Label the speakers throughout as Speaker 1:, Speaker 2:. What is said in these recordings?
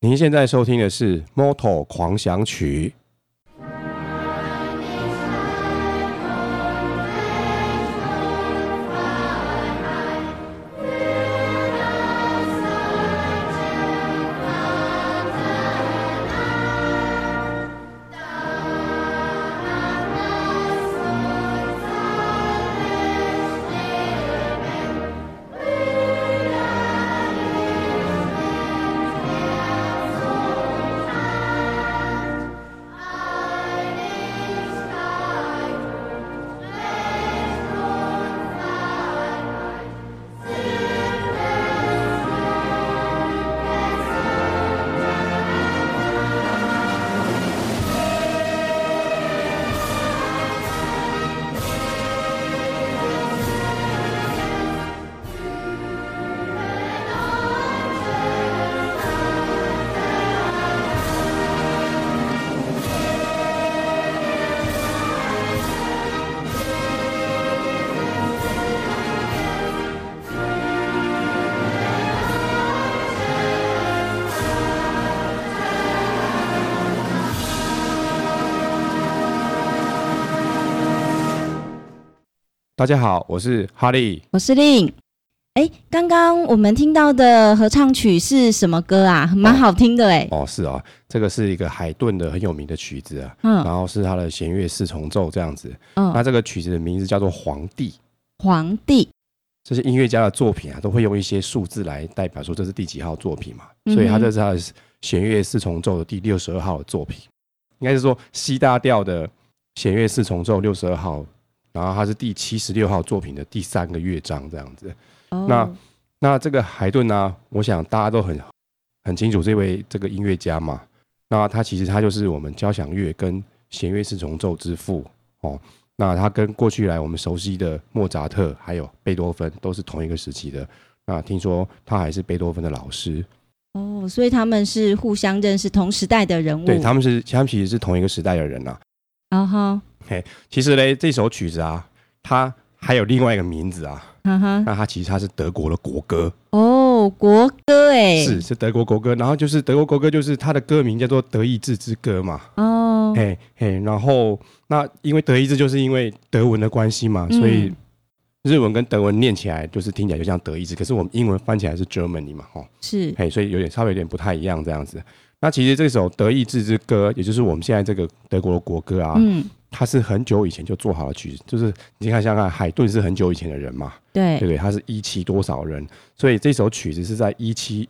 Speaker 1: 您现在收听的是《Moto 狂想曲》。大家好，我是哈利。
Speaker 2: 我是令。哎，刚刚我们听到的合唱曲是什么歌啊？蛮好听的哎。
Speaker 1: 哦，是啊，这个是一个海顿的很有名的曲子啊，
Speaker 2: 嗯
Speaker 1: 然后是他的弦乐四重奏这样子。那
Speaker 2: 嗯，
Speaker 1: 这个曲子的名字叫做《皇帝》。
Speaker 2: 皇帝。
Speaker 1: 这些音乐家的作品啊，都会用一些数字来代表说这是第几号作品嘛，
Speaker 2: 嗯哼
Speaker 1: 所以他这是他的弦乐四重奏的第六十二号的作品，应该是说西大调的弦乐四重奏六十二号，然后它是第七十六号作品的第三个乐章这样子。
Speaker 2: 哦
Speaker 1: 那那这个海顿呢、我想大家都很很清楚这位这个音乐家嘛。那他其实他就是我们交响乐跟弦乐四重奏之父哦。那他跟过去以来我们熟悉的莫扎特还有贝多芬都是同一个时期的。那听说他还是贝多芬的老师，
Speaker 2: 哦，所以他们是互相认识，同时代的人物。
Speaker 1: 对他们是他们其实是同一个时代的人呐、啊
Speaker 2: 哦哈，
Speaker 1: 其实嘞，这首曲子啊，它还有另外一个名字啊，
Speaker 2: 哈哈。
Speaker 1: 那它其实它是德国的国歌。
Speaker 2: 哦，国歌哎。
Speaker 1: 是。是德国国歌，然后就是德国国歌，就是它的歌名叫做《德意志之歌》嘛，
Speaker 2: 哦。
Speaker 1: 嘿嘿，然后那因为德意志就是因为德文的关系嘛，所以
Speaker 2: 嗯
Speaker 1: 日文跟德文念起来就是听起来就像德意志，可是我们英文翻起来是 Germany 嘛，哦，
Speaker 2: 是。
Speaker 1: 嘿，所以有点稍微有点不太一样这样子。那其实这首《德意志之歌》，也就是我们现在这个德国的国歌啊，
Speaker 2: 嗯，
Speaker 1: 它是很久以前就做好的曲子，就是你看想想看，海顿是很久以前的人嘛，对
Speaker 2: 对。
Speaker 1: 不对？他是一七多少人，所以这首曲子是在一七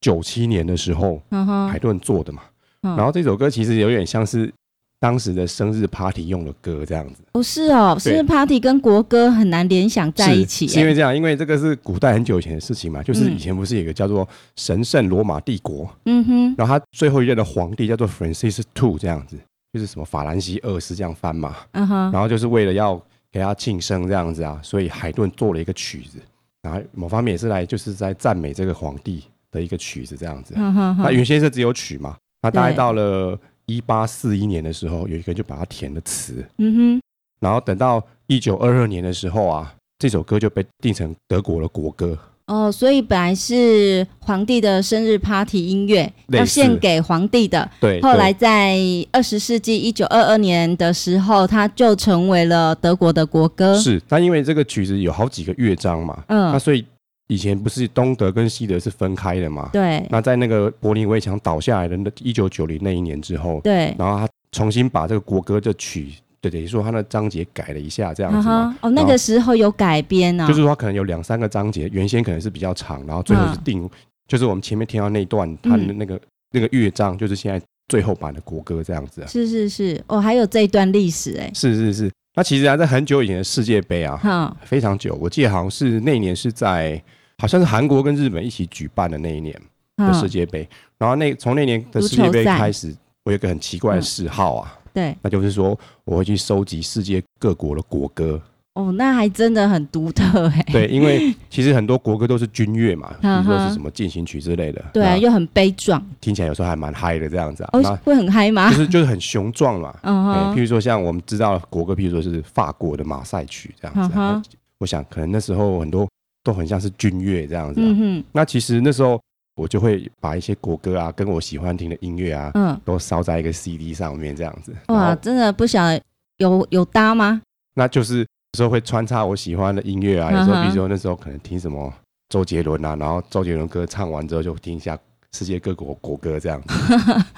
Speaker 1: 九七年的时候
Speaker 2: 啊哈哈
Speaker 1: 海。顿做的嘛。
Speaker 2: 嗯
Speaker 1: 然后这首歌其实有点像是当时的生日 party 用的歌这样子，
Speaker 2: 不是哦，生日 party 跟国歌很难联想在一起
Speaker 1: 是
Speaker 2: 哎。
Speaker 1: 是因为这样，因为这个是古代很久以前的事情嘛，就是
Speaker 2: 嗯
Speaker 1: 以前不是有一个叫做神圣罗马帝国，
Speaker 2: 嗯哼。
Speaker 1: 然后他最后一任的皇帝叫做 Francis II 这样子，就是什么法兰西二世这样翻嘛，
Speaker 2: 嗯哈。
Speaker 1: 然后就是为了要给他庆生这样子啊，所以海顿做了一个曲子，然后某方面也是来就是在赞美这个皇帝的一个曲子这样子。啊
Speaker 2: 啊哈哈哈
Speaker 1: 那。原先是只有曲嘛，那大概
Speaker 2: 嗯对
Speaker 1: 到了一八四一年的时候，有一个人就把它填了词，
Speaker 2: 嗯
Speaker 1: 然后等到一九二二年的时候啊，这首歌就被定成德国的国歌。
Speaker 2: 哼。哦，所以本来是皇帝的生日 party 音乐，
Speaker 1: 类
Speaker 2: 要
Speaker 1: 似
Speaker 2: 献给皇帝的。
Speaker 1: 对，
Speaker 2: 后来
Speaker 1: 对
Speaker 2: 在二十世纪一九二二年的时候，它就成为了德国的国歌。
Speaker 1: 是，那因为这个曲子有好几个乐章嘛，那
Speaker 2: 嗯，
Speaker 1: 所以以前不是东德跟西德是分开的嘛？
Speaker 2: 对
Speaker 1: 那在那个柏林围墙倒下来的那一九九零那一年之后，
Speaker 2: 对，
Speaker 1: 然后他重新把这个国歌的曲，对，等于说他的章节改了一下这样
Speaker 2: 哈
Speaker 1: 子嘛。
Speaker 2: 哈，哦，那个时候有改编啊，
Speaker 1: 就是说，可能有两三个章节，原先可能是比较长，然后最后是定，就是我们前面听到那一段，它的
Speaker 2: 嗯
Speaker 1: 那个、那个乐章，就是现在最后版的国歌这样子、啊。
Speaker 2: 是是是，哦，还有这一段历史哎、
Speaker 1: 是是是，那其实啊，在很久以前的世界杯啊，
Speaker 2: 哈，
Speaker 1: 非常久，我记得好像是那一年是在，好像是韩国跟日本一起举办的那一年的世
Speaker 2: 嗯，
Speaker 1: 界杯，然后那从那年的
Speaker 2: 足
Speaker 1: 世界
Speaker 2: 球
Speaker 1: 杯
Speaker 2: 赛
Speaker 1: 开始，我有一个很奇怪的
Speaker 2: 嗯
Speaker 1: 嗜好啊，
Speaker 2: 对，
Speaker 1: 那就是说我会去收集世界各国的国歌，
Speaker 2: 哦，那还真的很独特哎、
Speaker 1: 对，因为其实很多国歌都是军乐嘛，比如
Speaker 2: 嗯
Speaker 1: 说是
Speaker 2: 哼
Speaker 1: 什么进行曲之类的，
Speaker 2: 对啊，
Speaker 1: 那
Speaker 2: 又很悲壮，
Speaker 1: 听起来有时候还蛮嗨的这样子啊，
Speaker 2: 哦，
Speaker 1: 那
Speaker 2: 会很嗨吗
Speaker 1: 就？是就是很雄壮嘛。
Speaker 2: 嗯
Speaker 1: 哎譬
Speaker 2: 哼，
Speaker 1: 如说像我们知道的国歌，譬如说是法国的马赛曲这样子啊、
Speaker 2: 嗯哼
Speaker 1: 那我想可能那时候很多都很像是军乐这样子啊、
Speaker 2: 嗯哼，
Speaker 1: 那其实那时候我就会把一些国歌啊，跟我喜欢听的音乐啊，
Speaker 2: 嗯，
Speaker 1: 都烧在一个 CD 上面这样子。
Speaker 2: 哇，
Speaker 1: 然后
Speaker 2: 真的不晓得有有搭吗？
Speaker 1: 那就是有时候会穿插我喜欢的音乐啊，
Speaker 2: 嗯
Speaker 1: 有
Speaker 2: 哼
Speaker 1: 时候比如说那时候可能听什么周杰伦啊，然后周杰伦歌唱完之后就听一下世界各国国歌这 样子。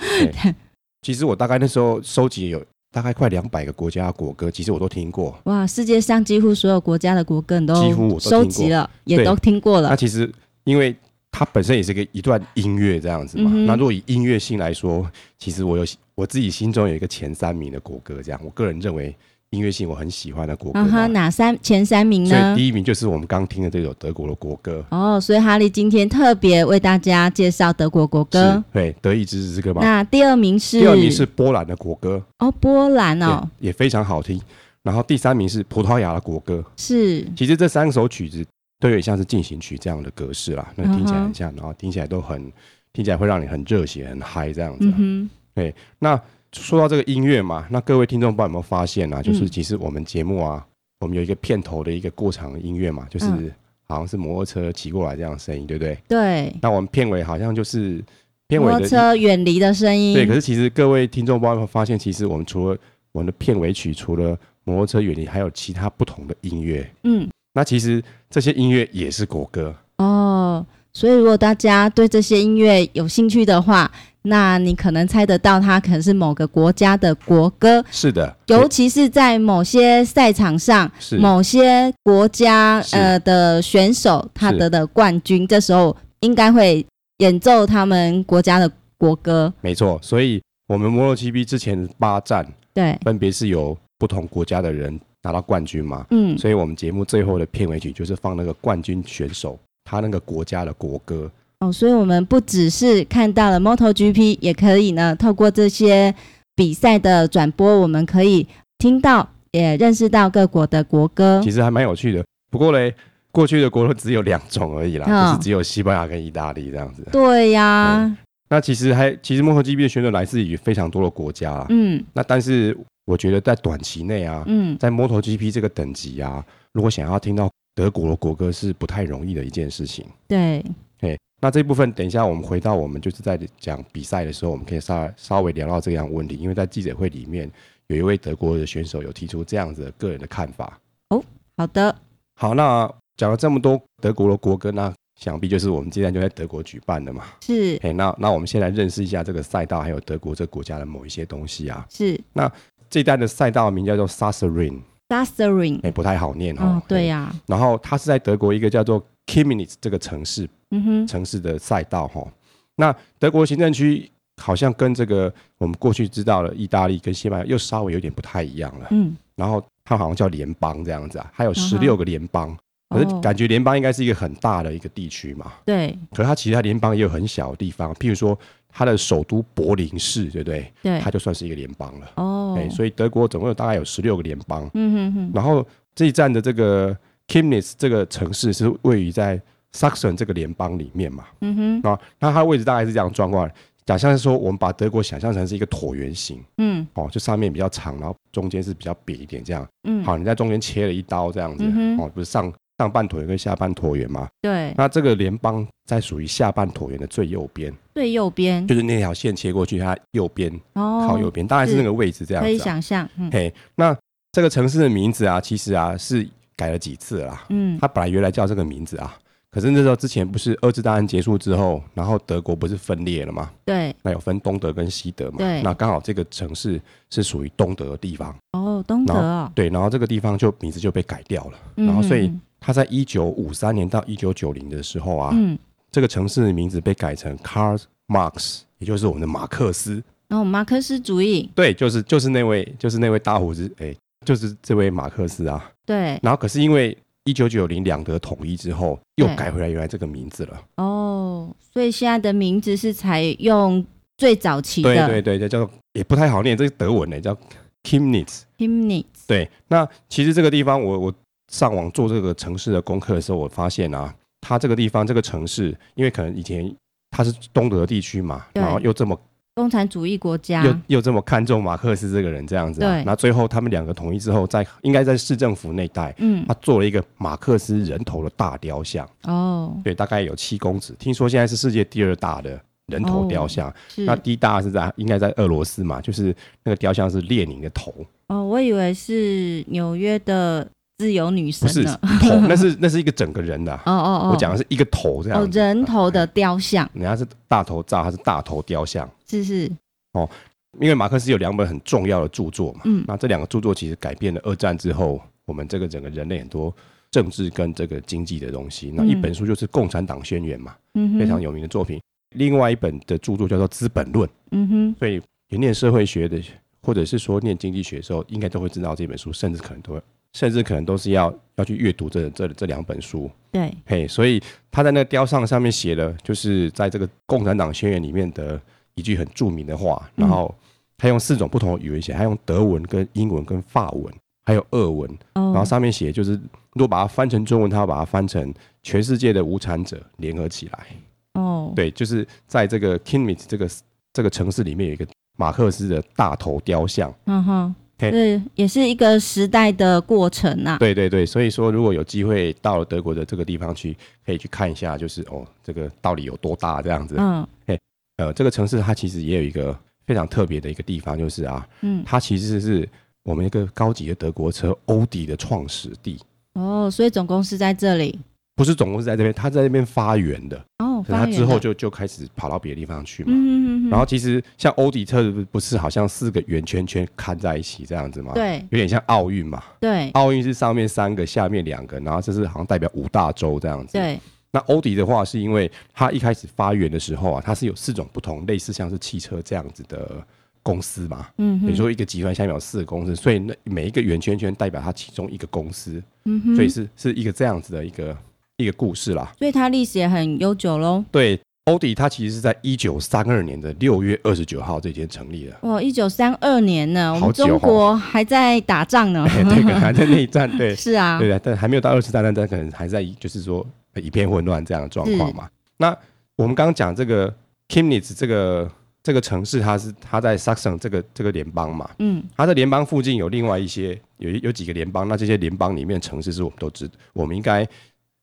Speaker 1: 对其实我大概那时候收集有大概快两百个国家的国歌，其实我都听过。
Speaker 2: 哇，世界上几乎所有国家的国歌你
Speaker 1: 几乎我都听
Speaker 2: 都收集了，也
Speaker 1: 对
Speaker 2: 都听过
Speaker 1: 那
Speaker 2: 了。
Speaker 1: 其实因为它本身也是一个一段音乐这样子嘛。
Speaker 2: 嗯哼
Speaker 1: 那如果以音乐性来说，其实我有我自己心中有一个前三名的国歌，这样我个人认为音乐性我很喜欢的国歌
Speaker 2: 然
Speaker 1: 嘛。
Speaker 2: 后嗯啊哪三前三名
Speaker 1: 所以
Speaker 2: 呢？
Speaker 1: 第一名就是我们刚听的这首德国的国歌，
Speaker 2: 哦，所以哈利今天特别为大家介绍德国国
Speaker 1: 是
Speaker 2: 歌。
Speaker 1: 对德意志之歌嘛。
Speaker 2: 那第二名是
Speaker 1: 第二名是波兰的国歌，
Speaker 2: 哦，波兰哦，
Speaker 1: 也也非常好听。然后第三名是葡萄牙的国歌。
Speaker 2: 嗯是
Speaker 1: 其实这三首曲子都有点像是进行曲这样的格式啦，那听起来
Speaker 2: 嗯哼
Speaker 1: 很像，然后听起来都很听起来会让你很热血、很嗨这样子啊、
Speaker 2: 嗯
Speaker 1: 那说到这个音乐嘛，那各位听众不知道有没有发现啊？就是
Speaker 2: 嗯
Speaker 1: 其实我们节目啊，我们有一个片头的一个过场的音乐嘛，就是
Speaker 2: 嗯
Speaker 1: 好像是摩托车骑过来这样的声音，对不对？
Speaker 2: 哼，对，
Speaker 1: 那我们片尾好像就是片
Speaker 2: 摩
Speaker 1: 尾
Speaker 2: 托
Speaker 1: 的
Speaker 2: 车远离的声音，
Speaker 1: 对，可是其实各位听众不知道有没有发现，其实我们除了我们的片尾曲，除了摩托车远离，还有其他不同的音乐。
Speaker 2: 嗯，
Speaker 1: 那其实这些音乐也是国歌，
Speaker 2: 哦，所以如果大家对这些音乐有兴趣的话，那你可能猜得到它可能是某个国家的国歌，
Speaker 1: 是的，
Speaker 2: 尤其是在某些赛场上，
Speaker 1: 是
Speaker 2: 某些国家
Speaker 1: 是
Speaker 2: 呃的选手他
Speaker 1: 是
Speaker 2: 得的冠军，这时候应该会演奏他们国家的国歌。
Speaker 1: 没错。所以我们摩托 GP 之前八站
Speaker 2: 对，
Speaker 1: 分别是由不同国家的人拿到冠军嘛，
Speaker 2: 嗯，
Speaker 1: 所以我们节目最后的片尾曲就是放那个冠军选手他那个国家的国歌，
Speaker 2: 哦，所以我们不只是看到了 MotoGP，也可以呢透过这些比赛的转播，我们可以听到也认识到各国的国歌。
Speaker 1: 其实还蛮有趣的。不过嘞，过去的国歌只有两种而已啦，
Speaker 2: 嗯
Speaker 1: 就是只有西班牙跟意大利这样子。
Speaker 2: 对呀、
Speaker 1: 那其实还其实幕后 GP 的选手来自于非常多的国家啦。
Speaker 2: 嗯
Speaker 1: 那但是我觉得在短期内啊，
Speaker 2: 嗯，
Speaker 1: 在 MotoGP 这个等级啊，如果想要听到德国的国歌是不太容易的一件事情。
Speaker 2: 对，
Speaker 1: 嘿，那这一部分等一下我们回到我们就是在讲比赛的时候，我们可以稍稍微聊到这样的问题，因为在记者会里面有一位德国的选手有提出这样子的个人的看法。
Speaker 2: 好的，
Speaker 1: 好，那讲了这么多德国的国歌，那想必就是我们既然就在德国举办的嘛。
Speaker 2: 是
Speaker 1: 嘿，那那我们先来认识一下这个赛道，还有德国这个国家的某一些东西啊。
Speaker 2: 是
Speaker 1: 这一代的赛道名叫做 s a s e r i n
Speaker 2: d a s t e r i n
Speaker 1: 哎，不太好念哦
Speaker 2: 哦，对、呀、
Speaker 1: 嘿然后它是在德国一个叫做 Chemnitz 这个城市
Speaker 2: 嗯哼，
Speaker 1: 城市的赛道哈。那德国行政区好像跟这个我们过去知道的意大利跟西班牙又稍微有点不太一样了。
Speaker 2: 嗯，
Speaker 1: 然后它好像叫联邦这样子啊，还有
Speaker 2: 嗯哼
Speaker 1: 十六个联邦，可是
Speaker 2: 哦
Speaker 1: 感觉联邦应该是一个很大的一个地区嘛。
Speaker 2: 对
Speaker 1: 可是它其他联邦也有很小的地方，譬如说它的首都柏林市，对不对？
Speaker 2: 对
Speaker 1: 它，就算是一个联邦了。
Speaker 2: 哦，
Speaker 1: 哎，所以德国总共有大概有十六个联邦。
Speaker 2: 嗯哼哼，
Speaker 1: 然后这一站的这个 Chemnitz 这个城市是位于在 Saxon 这个联邦里面嘛。
Speaker 2: 嗯哼，
Speaker 1: 啊，那它的位置大概是这样的状况。假象是说，我们把德国想象成是一个椭圆形
Speaker 2: 嗯
Speaker 1: 哦，就上面比较长，然后中间是比较扁一点这样。
Speaker 2: 嗯，
Speaker 1: 好，你在中间切了一刀这样子、
Speaker 2: 嗯哼
Speaker 1: 哦，不是上上半椭圆跟下半椭圆嘛？
Speaker 2: 对，
Speaker 1: 那这个联邦在属于下半椭圆的最右边，
Speaker 2: 最右边
Speaker 1: 就是那条线切过去，它右边
Speaker 2: 哦，
Speaker 1: 靠右边，当然是
Speaker 2: 是
Speaker 1: 那个位置这样
Speaker 2: 可以
Speaker 1: 子、啊。
Speaker 2: 想象，嗯
Speaker 1: 嘿，那这个城市的名字啊，其实啊是改了几次了啦。
Speaker 2: 嗯，
Speaker 1: 它本来原来叫这个名字啊，可是那时候之前不是二次大战结束之后，然后德国不是分裂了吗？
Speaker 2: 对，
Speaker 1: 那有分东德跟西德嘛？
Speaker 2: 对
Speaker 1: 那刚好这个城市是属于东德的地方，
Speaker 2: 哦，东德
Speaker 1: 然后
Speaker 2: 哦，嗯
Speaker 1: 对，然后这个地方就名字就被改掉了。然后所以它在一九五三年到一九九零的时候啊，
Speaker 2: 嗯，嗯，
Speaker 1: 这个城市的名字被改成 Karl Marx，也就是我们的马克思。
Speaker 2: 然后马克思主义，
Speaker 1: 对，就是就是那位就是那位大胡子，哎，就是这位马克思啊。
Speaker 2: 对，
Speaker 1: 然后可是因为一九九零两德统一之后，又
Speaker 2: 对
Speaker 1: 改回来原来这个名字了。
Speaker 2: 哦，所以现在的名字是采用最早期
Speaker 1: 对
Speaker 2: 的
Speaker 1: 对对，这叫做也不太好念，这是德文呢，叫 Chemnitz。
Speaker 2: Himni，
Speaker 1: 对，那其实这个地方我，我上网做这个城市的功课的时候，我发现啊，它这个地方这个城市，因为可能以前它是东德地区嘛，
Speaker 2: 对
Speaker 1: 然后又这么
Speaker 2: 共产主义国家，
Speaker 1: 又又这么看重马克思这个人这样子、啊
Speaker 2: 对，
Speaker 1: 那最后他们两个统一之后在，应该在市政府那一带，
Speaker 2: 嗯
Speaker 1: 他，做了一个马克思人头的大雕像，
Speaker 2: 哦，
Speaker 1: 对，大概有七公尺，听说现在是世界第二大的人头雕像，
Speaker 2: 哦是
Speaker 1: 那第一大是在应该在俄罗斯嘛，就是那个雕像是列宁的头，
Speaker 2: 哦，我以为是纽约的自由女
Speaker 1: 不
Speaker 2: 神
Speaker 1: 是
Speaker 2: 呢。
Speaker 1: 头，那是那是一个整个人的啊、
Speaker 2: 哦 哦哦，
Speaker 1: 我讲的是一个头这样
Speaker 2: 哦
Speaker 1: 子，啊
Speaker 2: 人头的雕像，
Speaker 1: 人家是大头照，他是大头雕像。
Speaker 2: 是是，
Speaker 1: 因为马克思有两本很重要的著作嘛，
Speaker 2: 嗯
Speaker 1: 那这两个著作其实改变了二战之后我们这个整个人类很多政治跟这个经济的东西。那一本书就是《共产党宣言》嘛，
Speaker 2: 嗯哼，
Speaker 1: 非常有名的作品。另外一本的著作叫做《资本论》，
Speaker 2: 嗯哼，
Speaker 1: 所以你念社会学的，或者是说念经济学的时候，应该都会知道这本书，甚至可能都会，甚至可能都是要要去阅读这这这两本书。
Speaker 2: 对，
Speaker 1: 嘿，所以他在那个雕像上面写了，就是在这个《共产党宣言》里面的一句很著名的话，
Speaker 2: 嗯
Speaker 1: 然后他用四种不同的语言写，他用德文、跟英文、跟法文，还有俄文，
Speaker 2: 哦，
Speaker 1: 然后上面写就是，如果把它翻成中文，他要把它翻成全世界的无产者联合起来，
Speaker 2: 哦，
Speaker 1: 对，就是在这个 Kimmit 这个这个城市里面有一个马克思的大头雕像。
Speaker 2: 嗯哼，
Speaker 1: 嘿
Speaker 2: 对，也是一个时代的过程啊呐、
Speaker 1: 对对对，所以说如果有机会到德国的这个地方去，可以去看一下，就是哦，这个到底有多大这样子。
Speaker 2: 嗯
Speaker 1: 呃，这个城市它其实也有一个非常特别的一个地方，就是啊，
Speaker 2: 嗯，
Speaker 1: 它其实是我们一个高级的德国车欧迪的创始地，
Speaker 2: 哦，所以总公司在这里，
Speaker 1: 不是总公司在这边，它在那边发源的，
Speaker 2: 哦，
Speaker 1: 可是它
Speaker 2: 发源
Speaker 1: 之后
Speaker 2: 的，
Speaker 1: 就就开始跑到别的地方去嘛。
Speaker 2: 嗯嗯嗯，
Speaker 1: 然后其实像欧迪车不不是好像四个圆圈圈看在一起这样子吗？，
Speaker 2: 对
Speaker 1: 有点像奥运嘛。
Speaker 2: 对
Speaker 1: 奥运是上面三个，下面两个，然后这是好像代表五大洲这样子。
Speaker 2: 对，
Speaker 1: 那欧迪的话，是因为它一开始发源的时候啊，它是有四种不同类似像是汽车这样子的公司嘛。
Speaker 2: 嗯
Speaker 1: 比如
Speaker 2: 哼，
Speaker 1: 说一个集团下面有四个公司，所以那每一个圆圈圈代表它其中一个公司，
Speaker 2: 嗯哼，
Speaker 1: 所以是是一个这样子的一个一个故事啦。
Speaker 2: 所以它历史也很悠久喽。
Speaker 1: 对，欧迪它其实是在一九三二年的六月二十九号这天成 立的。
Speaker 2: 哇，哦一九三二年呢，我
Speaker 1: 好
Speaker 2: 们
Speaker 1: 久哦
Speaker 2: 中国还在打仗呢。
Speaker 1: 哎，对，可能还在内战，对，
Speaker 2: 是啊，
Speaker 1: 对的，但还没有到二次大战，但可能还在一就是说呃一片混乱这样的状况嘛。那我们刚刚讲这个 Kimnitz 这个这个城市，它是它在 Saxon 这个这个联邦嘛，
Speaker 2: 嗯，
Speaker 1: 它的联邦附近有另外一些有一有几个联邦，那这些联邦里面城市是我们都知，我们应该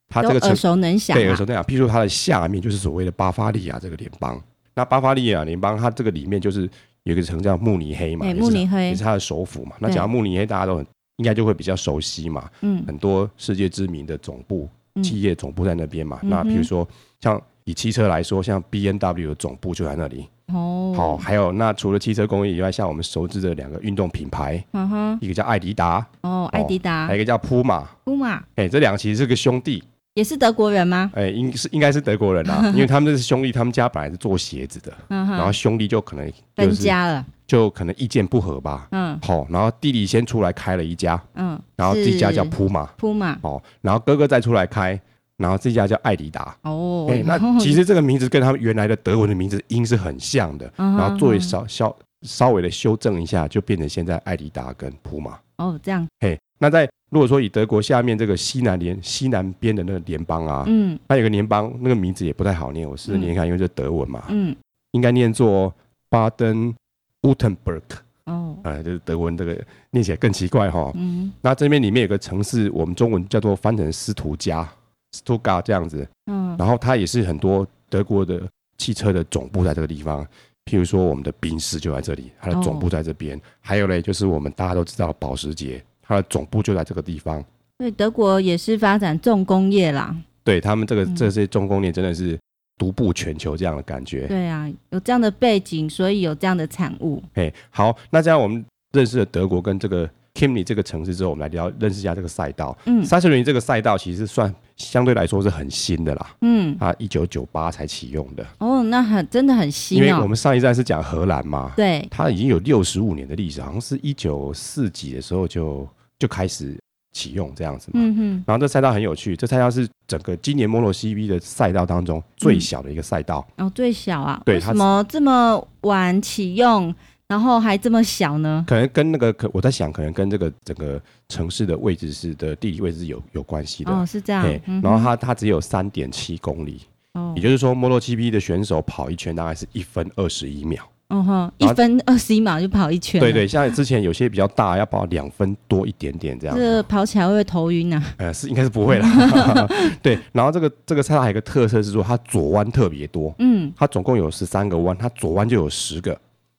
Speaker 1: 它
Speaker 2: 都
Speaker 1: 这个城
Speaker 2: 耳熟能详
Speaker 1: 对耳
Speaker 2: 啊
Speaker 1: 熟。能详，譬如说它的下面就是所谓的巴伐利亚这个联邦，那巴伐利亚联邦它这个里面就是有一个城叫慕尼黑嘛，
Speaker 2: 哎
Speaker 1: 也是
Speaker 2: 慕尼黑
Speaker 1: 也是它的首府嘛。那
Speaker 2: 对
Speaker 1: 讲到慕尼黑，大家都很应该就会比较熟悉嘛，
Speaker 2: 嗯
Speaker 1: 很多世界知名的总部、
Speaker 2: 嗯
Speaker 1: 企业总部在那边嘛。
Speaker 2: 嗯哼
Speaker 1: 那比如说像以汽车来说，像 B N W 的总部就在那里。
Speaker 2: 哦，
Speaker 1: 好、，还有那除了汽车工业以外，像我们熟知的两个运动品牌，
Speaker 2: 嗯哼，
Speaker 1: 一个叫艾迪达，
Speaker 2: 哦，艾迪达
Speaker 1: 还有一个叫 Puma。
Speaker 2: ，Puma
Speaker 1: 哎，这两个其实是个兄弟，
Speaker 2: 也是德国人吗？
Speaker 1: 哎，应是应该是德国人 啊，因为他们这是兄弟，他们家本来是做鞋子的，
Speaker 2: 嗯
Speaker 1: 然后
Speaker 2: 哼，
Speaker 1: 兄弟就可能就
Speaker 2: 分
Speaker 1: 是
Speaker 2: 家了。
Speaker 1: 就可能意见不合吧。
Speaker 2: 嗯
Speaker 1: 好、然后弟弟先出来开了一家，
Speaker 2: 嗯，
Speaker 1: 然后这家叫
Speaker 2: 是
Speaker 1: Puma，
Speaker 2: Puma。
Speaker 1: 哦，然后哥哥再出来开，然后这家叫艾迪达。
Speaker 2: 哦，
Speaker 1: 哎、那其实这个名字跟他们原来的德文的名字音是很像的，
Speaker 2: 嗯哼
Speaker 1: 然后做一稍稍稍微的修正一下，就变成现在艾迪达跟普马。
Speaker 2: 哦这样，
Speaker 1: 嘿，那在如果说以德国下面这个西南联西南边的那个联邦啊，
Speaker 2: 嗯
Speaker 1: 它有个联邦那个名字也不太好念，我试着念看，因为这德文嘛，
Speaker 2: 嗯，
Speaker 1: 应该念作巴登 Württemberg，
Speaker 2: 哦，
Speaker 1: 啊，就是德文这个念起来更奇怪哈、
Speaker 2: 嗯
Speaker 1: 那这边里面有个城市，我们中文叫做翻成斯图加 （Stuttgart） 这样子，
Speaker 2: 嗯，
Speaker 1: 然后它也是很多德国的汽车的总部在这个地方，譬如说我们的宾士就在这里，它的总部在这边。还有嘞，就是我们大家都知道保时捷，它的总部就在这个地方。
Speaker 2: 所以德国也是发展重工业啦。
Speaker 1: 对他们这个
Speaker 2: 嗯
Speaker 1: 这些重工业真的是独步全球这样的感觉。
Speaker 2: 对啊，有这样的背景，所以有这样的产物。
Speaker 1: 嘿，好，那这样我们认识了德国跟这个 Kimney 这个城市之后，我们来聊认识一下这个赛道。
Speaker 2: 嗯
Speaker 1: 沙士伦这个赛道其实算相对来说是很新的啦，
Speaker 2: 嗯，
Speaker 1: 它一九九八才启用的，
Speaker 2: 哦，那很真的很
Speaker 1: 因
Speaker 2: 新
Speaker 1: 为我
Speaker 2: 哦。
Speaker 1: 们上一站是讲荷兰嘛，
Speaker 2: 对，
Speaker 1: 它已经有六十五年的历史，好像是一九四几的时候就就开始启用这样子嘛。
Speaker 2: 嗯哼，
Speaker 1: 然后这赛道很有趣，这赛道是整个今年 Mono CV 的赛道当中
Speaker 2: 嗯
Speaker 1: 最小的一个赛道。
Speaker 2: 哦，最小啊，
Speaker 1: 对
Speaker 2: 为
Speaker 1: 它
Speaker 2: 什么这么晚启用，然后还这么小呢？
Speaker 1: 可能跟那个，可我在想，可能跟这个整个城市的位置是的地理位置是有有关系的。
Speaker 2: 哦，是这样
Speaker 1: 嘿。
Speaker 2: 嗯哼
Speaker 1: 然后它它只有三点七公里，
Speaker 2: 哦
Speaker 1: 也就是说，摩洛 GP 的选手跑一圈大概是一分二十一秒，
Speaker 2: 嗯哼，一
Speaker 1: 然后
Speaker 2: 分二十一秒就跑一圈，
Speaker 1: 对对，，像之前有些比较大，要跑两分多一点点这样。
Speaker 2: 这跑起来会不会头晕啊？
Speaker 1: 呃，是应该是不会 啦。对，然后这个这个赛道还有一个特色是说，它左弯特别多，
Speaker 2: 嗯，
Speaker 1: 它总共有十三个弯，它左弯就有十个，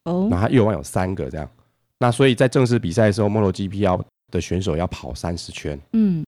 Speaker 2: 哦，
Speaker 1: 然后它右弯有三个这样。那所以在正式比赛的时候，MotoGP 要的选手要跑三十圈。
Speaker 2: 嗯，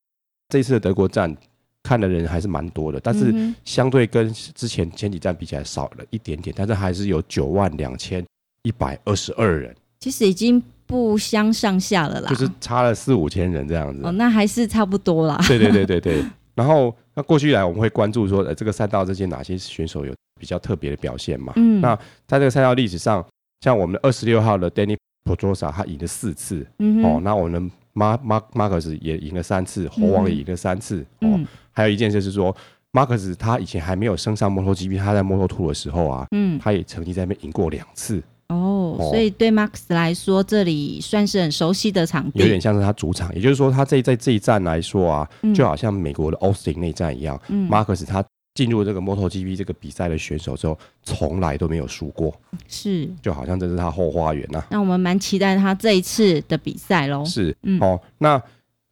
Speaker 1: 这一次的德国站看的人还是蛮多的，但是
Speaker 2: 嗯哼
Speaker 1: 相对跟之前前几站比起来少了一点点，但是还是有九万两千一百二十二人，
Speaker 2: 其实已经不相上下了啦，
Speaker 1: 就是差了四五千人这样子
Speaker 2: 哦，。那还是差不多啦。
Speaker 1: 对对对对对。 然后那过去以来我们会关注说，呃，这个赛道这些哪些选手有比较特别的表现嘛？
Speaker 2: 嗯，
Speaker 1: 那在这个赛道历史上，像我们二十六号的 Danny Pedrosa 他赢了四次、
Speaker 2: 嗯哼
Speaker 1: 哦，那我们马马马克斯也赢了三次，猴王也赢了三次、哦。
Speaker 2: 嗯
Speaker 1: 还有一件事是说，马克斯他以前还没有升上摩托 GP，他在摩托兔的时候啊，
Speaker 2: 嗯，
Speaker 1: 他也曾经在那边赢过两次，
Speaker 2: 哦，
Speaker 1: 哦
Speaker 2: 所以对 Max 来说，这里算是很熟悉的场地，
Speaker 1: 有点像是他主场。也就是说，他这在这一站来说啊，
Speaker 2: 嗯
Speaker 1: 就好像美国的 Austin 那一站一样，
Speaker 2: 嗯
Speaker 1: 马克斯他进入这个 MotoGP 这个比赛的选手之后，从来都没有输过，
Speaker 2: 是。
Speaker 1: 就好像这是他后花园啊呐、
Speaker 2: 那我们蛮期待他这一次的比赛喽。
Speaker 1: 是，
Speaker 2: 嗯
Speaker 1: 哦，那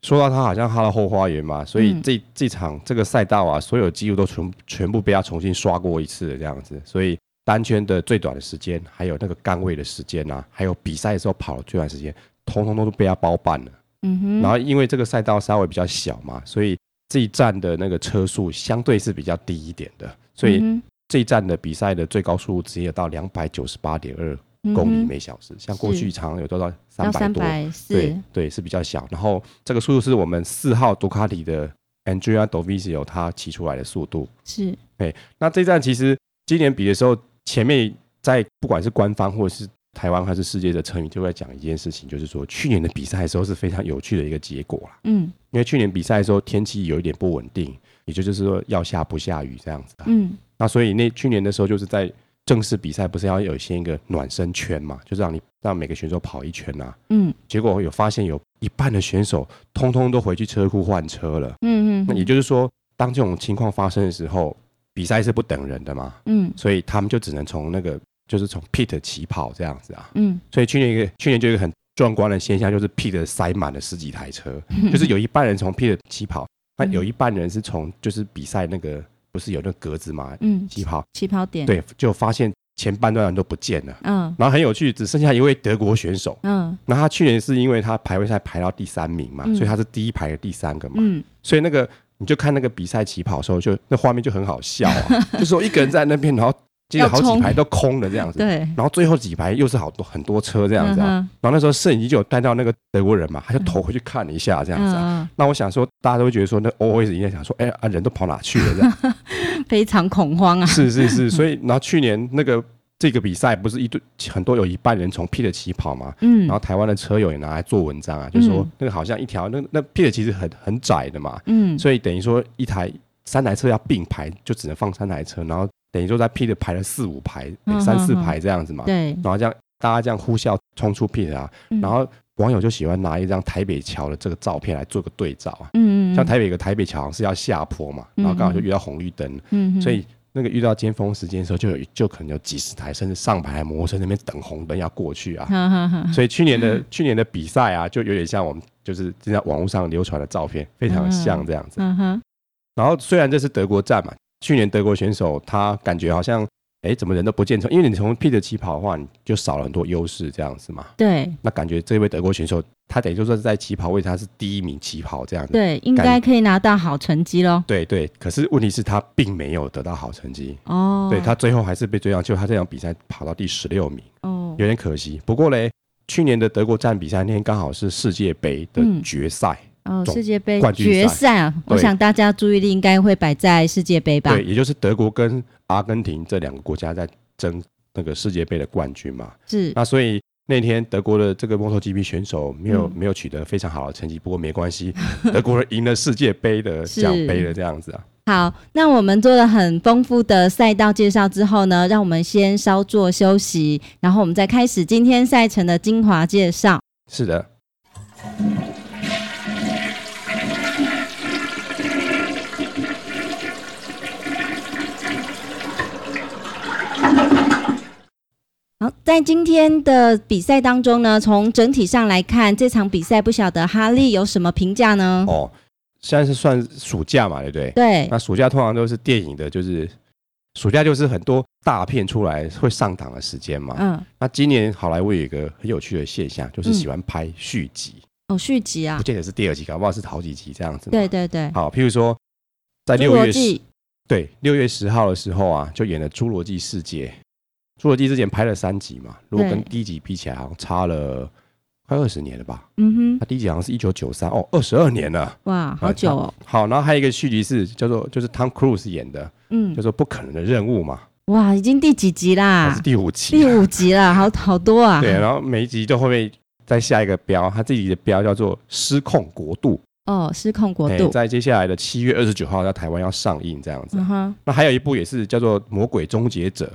Speaker 1: 说到他好像他的后花园嘛，所以
Speaker 2: 嗯
Speaker 1: 这、这场这个赛道啊，所有记录都全全部被他重新刷过一次的这样子，所以单圈的最短的时间，还有那个杆位的时间啊，还有比赛的时候跑的最短时间，通通都被他包办了。
Speaker 2: 嗯哼，
Speaker 1: 然后因为这个赛道稍微比较小嘛，所以这一站的那个车速相对是比较低一点的，所以
Speaker 2: 嗯
Speaker 1: 这一站的比赛的最高速度只有到两百九十八点二
Speaker 2: 哼
Speaker 1: 公里
Speaker 2: 嗯哼
Speaker 1: 每小时，像过去
Speaker 2: 是
Speaker 1: 常有都到三
Speaker 2: 到
Speaker 1: 百
Speaker 2: 三
Speaker 1: 多，
Speaker 2: 百
Speaker 1: 对
Speaker 2: 四，
Speaker 1: 对是比较小。然后这个速度是我们四号杜卡迪的 Andrea Dovizio 他骑出来的速度。
Speaker 2: 是
Speaker 1: 那这一站其实今年比的时候，前面在不管是官方或者是台湾还是世界的车迷就在讲一件事情，就是说去年的比赛的时候是非常有趣的一个结果啦。
Speaker 2: 嗯
Speaker 1: 因为去年比赛的时候天气有一点不稳定，也就就是说要下不下雨这样子、啊。
Speaker 2: 嗯
Speaker 1: 那所以那去年的时候，就是在正式比赛不是要有先一个暖身圈嘛，就是让你让每个选手跑一圈啊。
Speaker 2: 嗯
Speaker 1: 结果有发现有一半的选手通通都回去车库换车了。
Speaker 2: 嗯嗯，
Speaker 1: 那也就是说，当这种情况发生的时候，比赛是不等人的嘛，
Speaker 2: 嗯
Speaker 1: 所以他们就只能从那个就是从 pit 起跑这样子啊。
Speaker 2: 嗯
Speaker 1: 所以去年一个去年就有一个很壮观的现象，就是 pit 塞满了十几台车，
Speaker 2: 嗯
Speaker 1: 就是有一半人从 pit 起跑，那有一半人是从就是比赛那个不是有那个格子嘛
Speaker 2: 嗯
Speaker 1: 起跑，
Speaker 2: 起跑点，
Speaker 1: 对，就发现前半段人都不见了。
Speaker 2: 嗯
Speaker 1: 然后很有趣，只剩下一位德国选手。
Speaker 2: 嗯
Speaker 1: 那他去年是因为他排位赛排到第三名嘛，
Speaker 2: 嗯
Speaker 1: 所以他是第一排的第三个嘛，
Speaker 2: 嗯，
Speaker 1: 所以那个你就看那个比赛起跑的时候就，那画面就很好笑啊， 就说一个人在那边，然后接着好
Speaker 2: 要
Speaker 1: 几
Speaker 2: 冲
Speaker 1: 排都空了这样子，
Speaker 2: 对，嗯
Speaker 1: 然后最后几排又是好多很多车这
Speaker 2: 这
Speaker 1: 样子啊，然后那时候摄影机就有带到那个德国人嘛，他就头回去看了一下这样子啊。
Speaker 2: 嗯
Speaker 1: 那我想说，大家都会觉得说，那 always 应该想说，哎、啊，人都跑哪去了？这 样
Speaker 2: 嗯非常恐慌啊，
Speaker 1: 是是是，所以然后去年那个这个比赛不是一堆很多有一半人从 P 的起跑嘛，
Speaker 2: 嗯
Speaker 1: 然后台湾的车友也拿来做文章啊，就说
Speaker 2: 嗯
Speaker 1: 那个好像一条那那 P 的其实很很窄的嘛，
Speaker 2: 嗯，
Speaker 1: 所以等于说一台三台车要并排，就只能放三台车，然后等于说在 P 的排了四五排、
Speaker 2: 嗯
Speaker 1: 三四
Speaker 2: 嗯嗯
Speaker 1: 排这样子嘛，
Speaker 2: 对，
Speaker 1: 然后这样大家这样呼啸冲出 P 的啊，
Speaker 2: 嗯
Speaker 1: 然后网友就喜欢拿一张台北桥的这个照片来做个对照啊，
Speaker 2: 嗯嗯，嗯
Speaker 1: 像台北有个台北桥好像是要下坡嘛，然后刚好就遇到红绿灯，
Speaker 2: 嗯，嗯
Speaker 1: 所以那个遇到尖峰时间的时候，就有就可能有几十台甚至上百台摩托车在那边等红灯要过去啊。
Speaker 2: 哈哈哈，
Speaker 1: 所以去年
Speaker 2: 嗯
Speaker 1: 的去年的比赛啊，就有点像我们就是现在网络上流传的照片，非常像这样子。
Speaker 2: 嗯哼，
Speaker 1: 然后虽然这是德国站嘛，去年德国选手他感觉好像哎怎么人都不见从，因为你从 P 的起跑的话，你就少了很多优势这样子嘛。
Speaker 2: 对
Speaker 1: 那感觉这位德国选手他等于就说是在起跑位他是第一名起跑这样子。
Speaker 2: 对，应
Speaker 1: 感
Speaker 2: 该可以拿到好成绩喽。
Speaker 1: 对对，可是问题是，他并没有得到好成绩，
Speaker 2: 哦，
Speaker 1: 对他最后还是被追上，就他这场比赛跑到第十六名，
Speaker 2: 哦，
Speaker 1: 有点可惜。不过嘞，去年的德国站比赛那天刚好是世界杯的
Speaker 2: 嗯
Speaker 1: 决赛，
Speaker 2: 哦，
Speaker 1: 总
Speaker 2: 世界杯
Speaker 1: 冠军赛
Speaker 2: 决赛啊，我
Speaker 1: 对
Speaker 2: 想大家注意力应该会摆在世界杯吧
Speaker 1: 对，？也就是德国跟阿根廷这两个国家在争那个世界杯的冠军嘛。
Speaker 2: 是，
Speaker 1: 那所以那天德国的这个 MotoGP 选手没有、
Speaker 2: 嗯
Speaker 1: 没有取得非常好的成绩，不过没关系， 德国人赢了世界杯的
Speaker 2: 是
Speaker 1: 奖杯的这样子啊。
Speaker 2: 好，那我们做了很丰富的赛道介绍之后呢，让我们先稍作休息，然后我们再开始今天赛程的精华介绍。
Speaker 1: 是的，
Speaker 2: 好，在今天的比赛当中呢，从整体上来看，这场比赛不晓得哈利有什么评价呢？
Speaker 1: 哦，现在是算暑假嘛，对不对？
Speaker 2: 嗯对，
Speaker 1: 那暑假通常都是电影的，就是暑假就是很多大片出来会上档的时间嘛。
Speaker 2: 嗯，
Speaker 1: 那今年好莱坞有一个很有趣的现象，就是喜欢拍续集，
Speaker 2: 哦，续集嗯啊
Speaker 1: 不，见得是第二集，搞不好是好几集这样子。
Speaker 2: 对。对对，
Speaker 1: 好，譬如说，在
Speaker 2: 侏
Speaker 1: 六
Speaker 2: 罗
Speaker 1: 月十
Speaker 2: 纪，
Speaker 1: 对六月十号的时候啊，就演了《侏罗纪世界》。《侏罗纪》之前拍了三集嘛，如果跟
Speaker 2: 对
Speaker 1: 第一集比起来，好像差了快二十年了吧？
Speaker 2: 嗯
Speaker 1: 它第一集好像是一九九三，哦，二十二年了。哎
Speaker 2: 哼，哇，好久哦，
Speaker 1: 好，然后还有一个续集是叫做就是 Tom Cruise 演的，
Speaker 2: 嗯
Speaker 1: 叫，做《不可能的任务》嘛。
Speaker 2: 哇，已经第几集
Speaker 1: 还
Speaker 2: 啦
Speaker 1: 是？第五集、啊
Speaker 2: 第五集了，好好多啊。
Speaker 1: 对，然后每一集都会再下一个标，他自己的标叫做“失控国度”
Speaker 2: 哦，失控国
Speaker 1: 哎
Speaker 2: 度，
Speaker 1: 在接下来的七月二十九号在台湾要上映这样子。
Speaker 2: 嗯哼，
Speaker 1: 那还有一部也是叫做《魔鬼终结者》，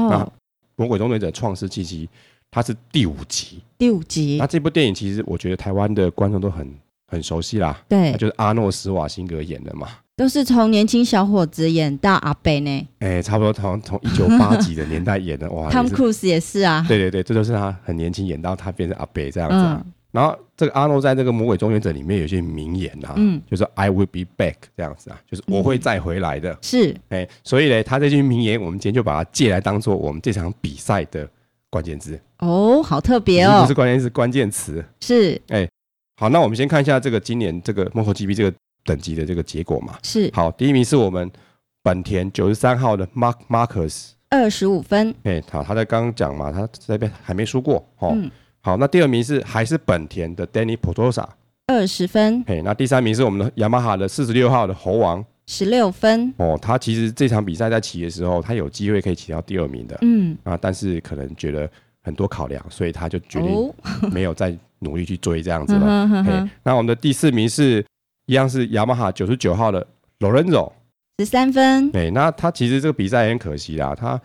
Speaker 1: 《
Speaker 2: 哦，
Speaker 1: 魔鬼终结者：创世契机》，它是第五集。
Speaker 2: 第五集
Speaker 1: 那，这部电影其实我觉得台湾的观众都很很熟悉啦，
Speaker 2: 对
Speaker 1: 那，就是阿诺·施瓦辛格演的嘛。
Speaker 2: 都是从年轻小伙子演到阿贝呢。
Speaker 1: 哎，差不多从从一九八几的年代演的， 哇，
Speaker 2: Tom
Speaker 1: 啊也是
Speaker 2: Cruise 也是啊，
Speaker 1: 对对对，这就是他很年轻演到他变成阿北这样子啊。
Speaker 2: 嗯
Speaker 1: 然后这个阿诺在这个《魔鬼终结者》里面有一些名言啊，
Speaker 2: 嗯，
Speaker 1: 就是 “I will be back” 这样子啊，就是我会再回来的。
Speaker 2: 是
Speaker 1: 哎、所以呢，他这句名言，我们今天就把它借来当做我们这场比赛的关键字，
Speaker 2: 哦，好特
Speaker 1: 已
Speaker 2: 别
Speaker 1: 经不
Speaker 2: 哦
Speaker 1: 是，关键字，关键词。
Speaker 2: 是
Speaker 1: 好，那我们先看一下这个今年这个 MotoGP 这个等级的这个结果嘛。
Speaker 2: 是
Speaker 1: 好，第一名是我们本田九十三号的 Mark Marcus，
Speaker 2: 二十五分，
Speaker 1: 哎、好，他在刚刚讲嘛，他这边还没输过哦。
Speaker 2: 嗯，
Speaker 1: 好，那第二名是还是本田的 Danny Pedrosa，
Speaker 2: 二十分，
Speaker 1: 嘿，那第三名是我们的雅马哈的四十六号的猴王
Speaker 2: 十六分，
Speaker 1: 哦，他其实这场比赛在骑的时候，他有机会可以骑到第二名的、
Speaker 2: 嗯，
Speaker 1: 啊，但是可能觉得很多考量，所以他就决定
Speaker 2: 哦，
Speaker 1: 没有再努力去追这样子哎
Speaker 2: 嗯
Speaker 1: 了。
Speaker 2: 哼哼
Speaker 1: 嘿
Speaker 2: 哼，，
Speaker 1: 那我们的第四名是一样是雅马哈九十九号的 Lorenzo，
Speaker 2: 十三分，
Speaker 1: 哎，那他其实这个比赛也很可惜啦，他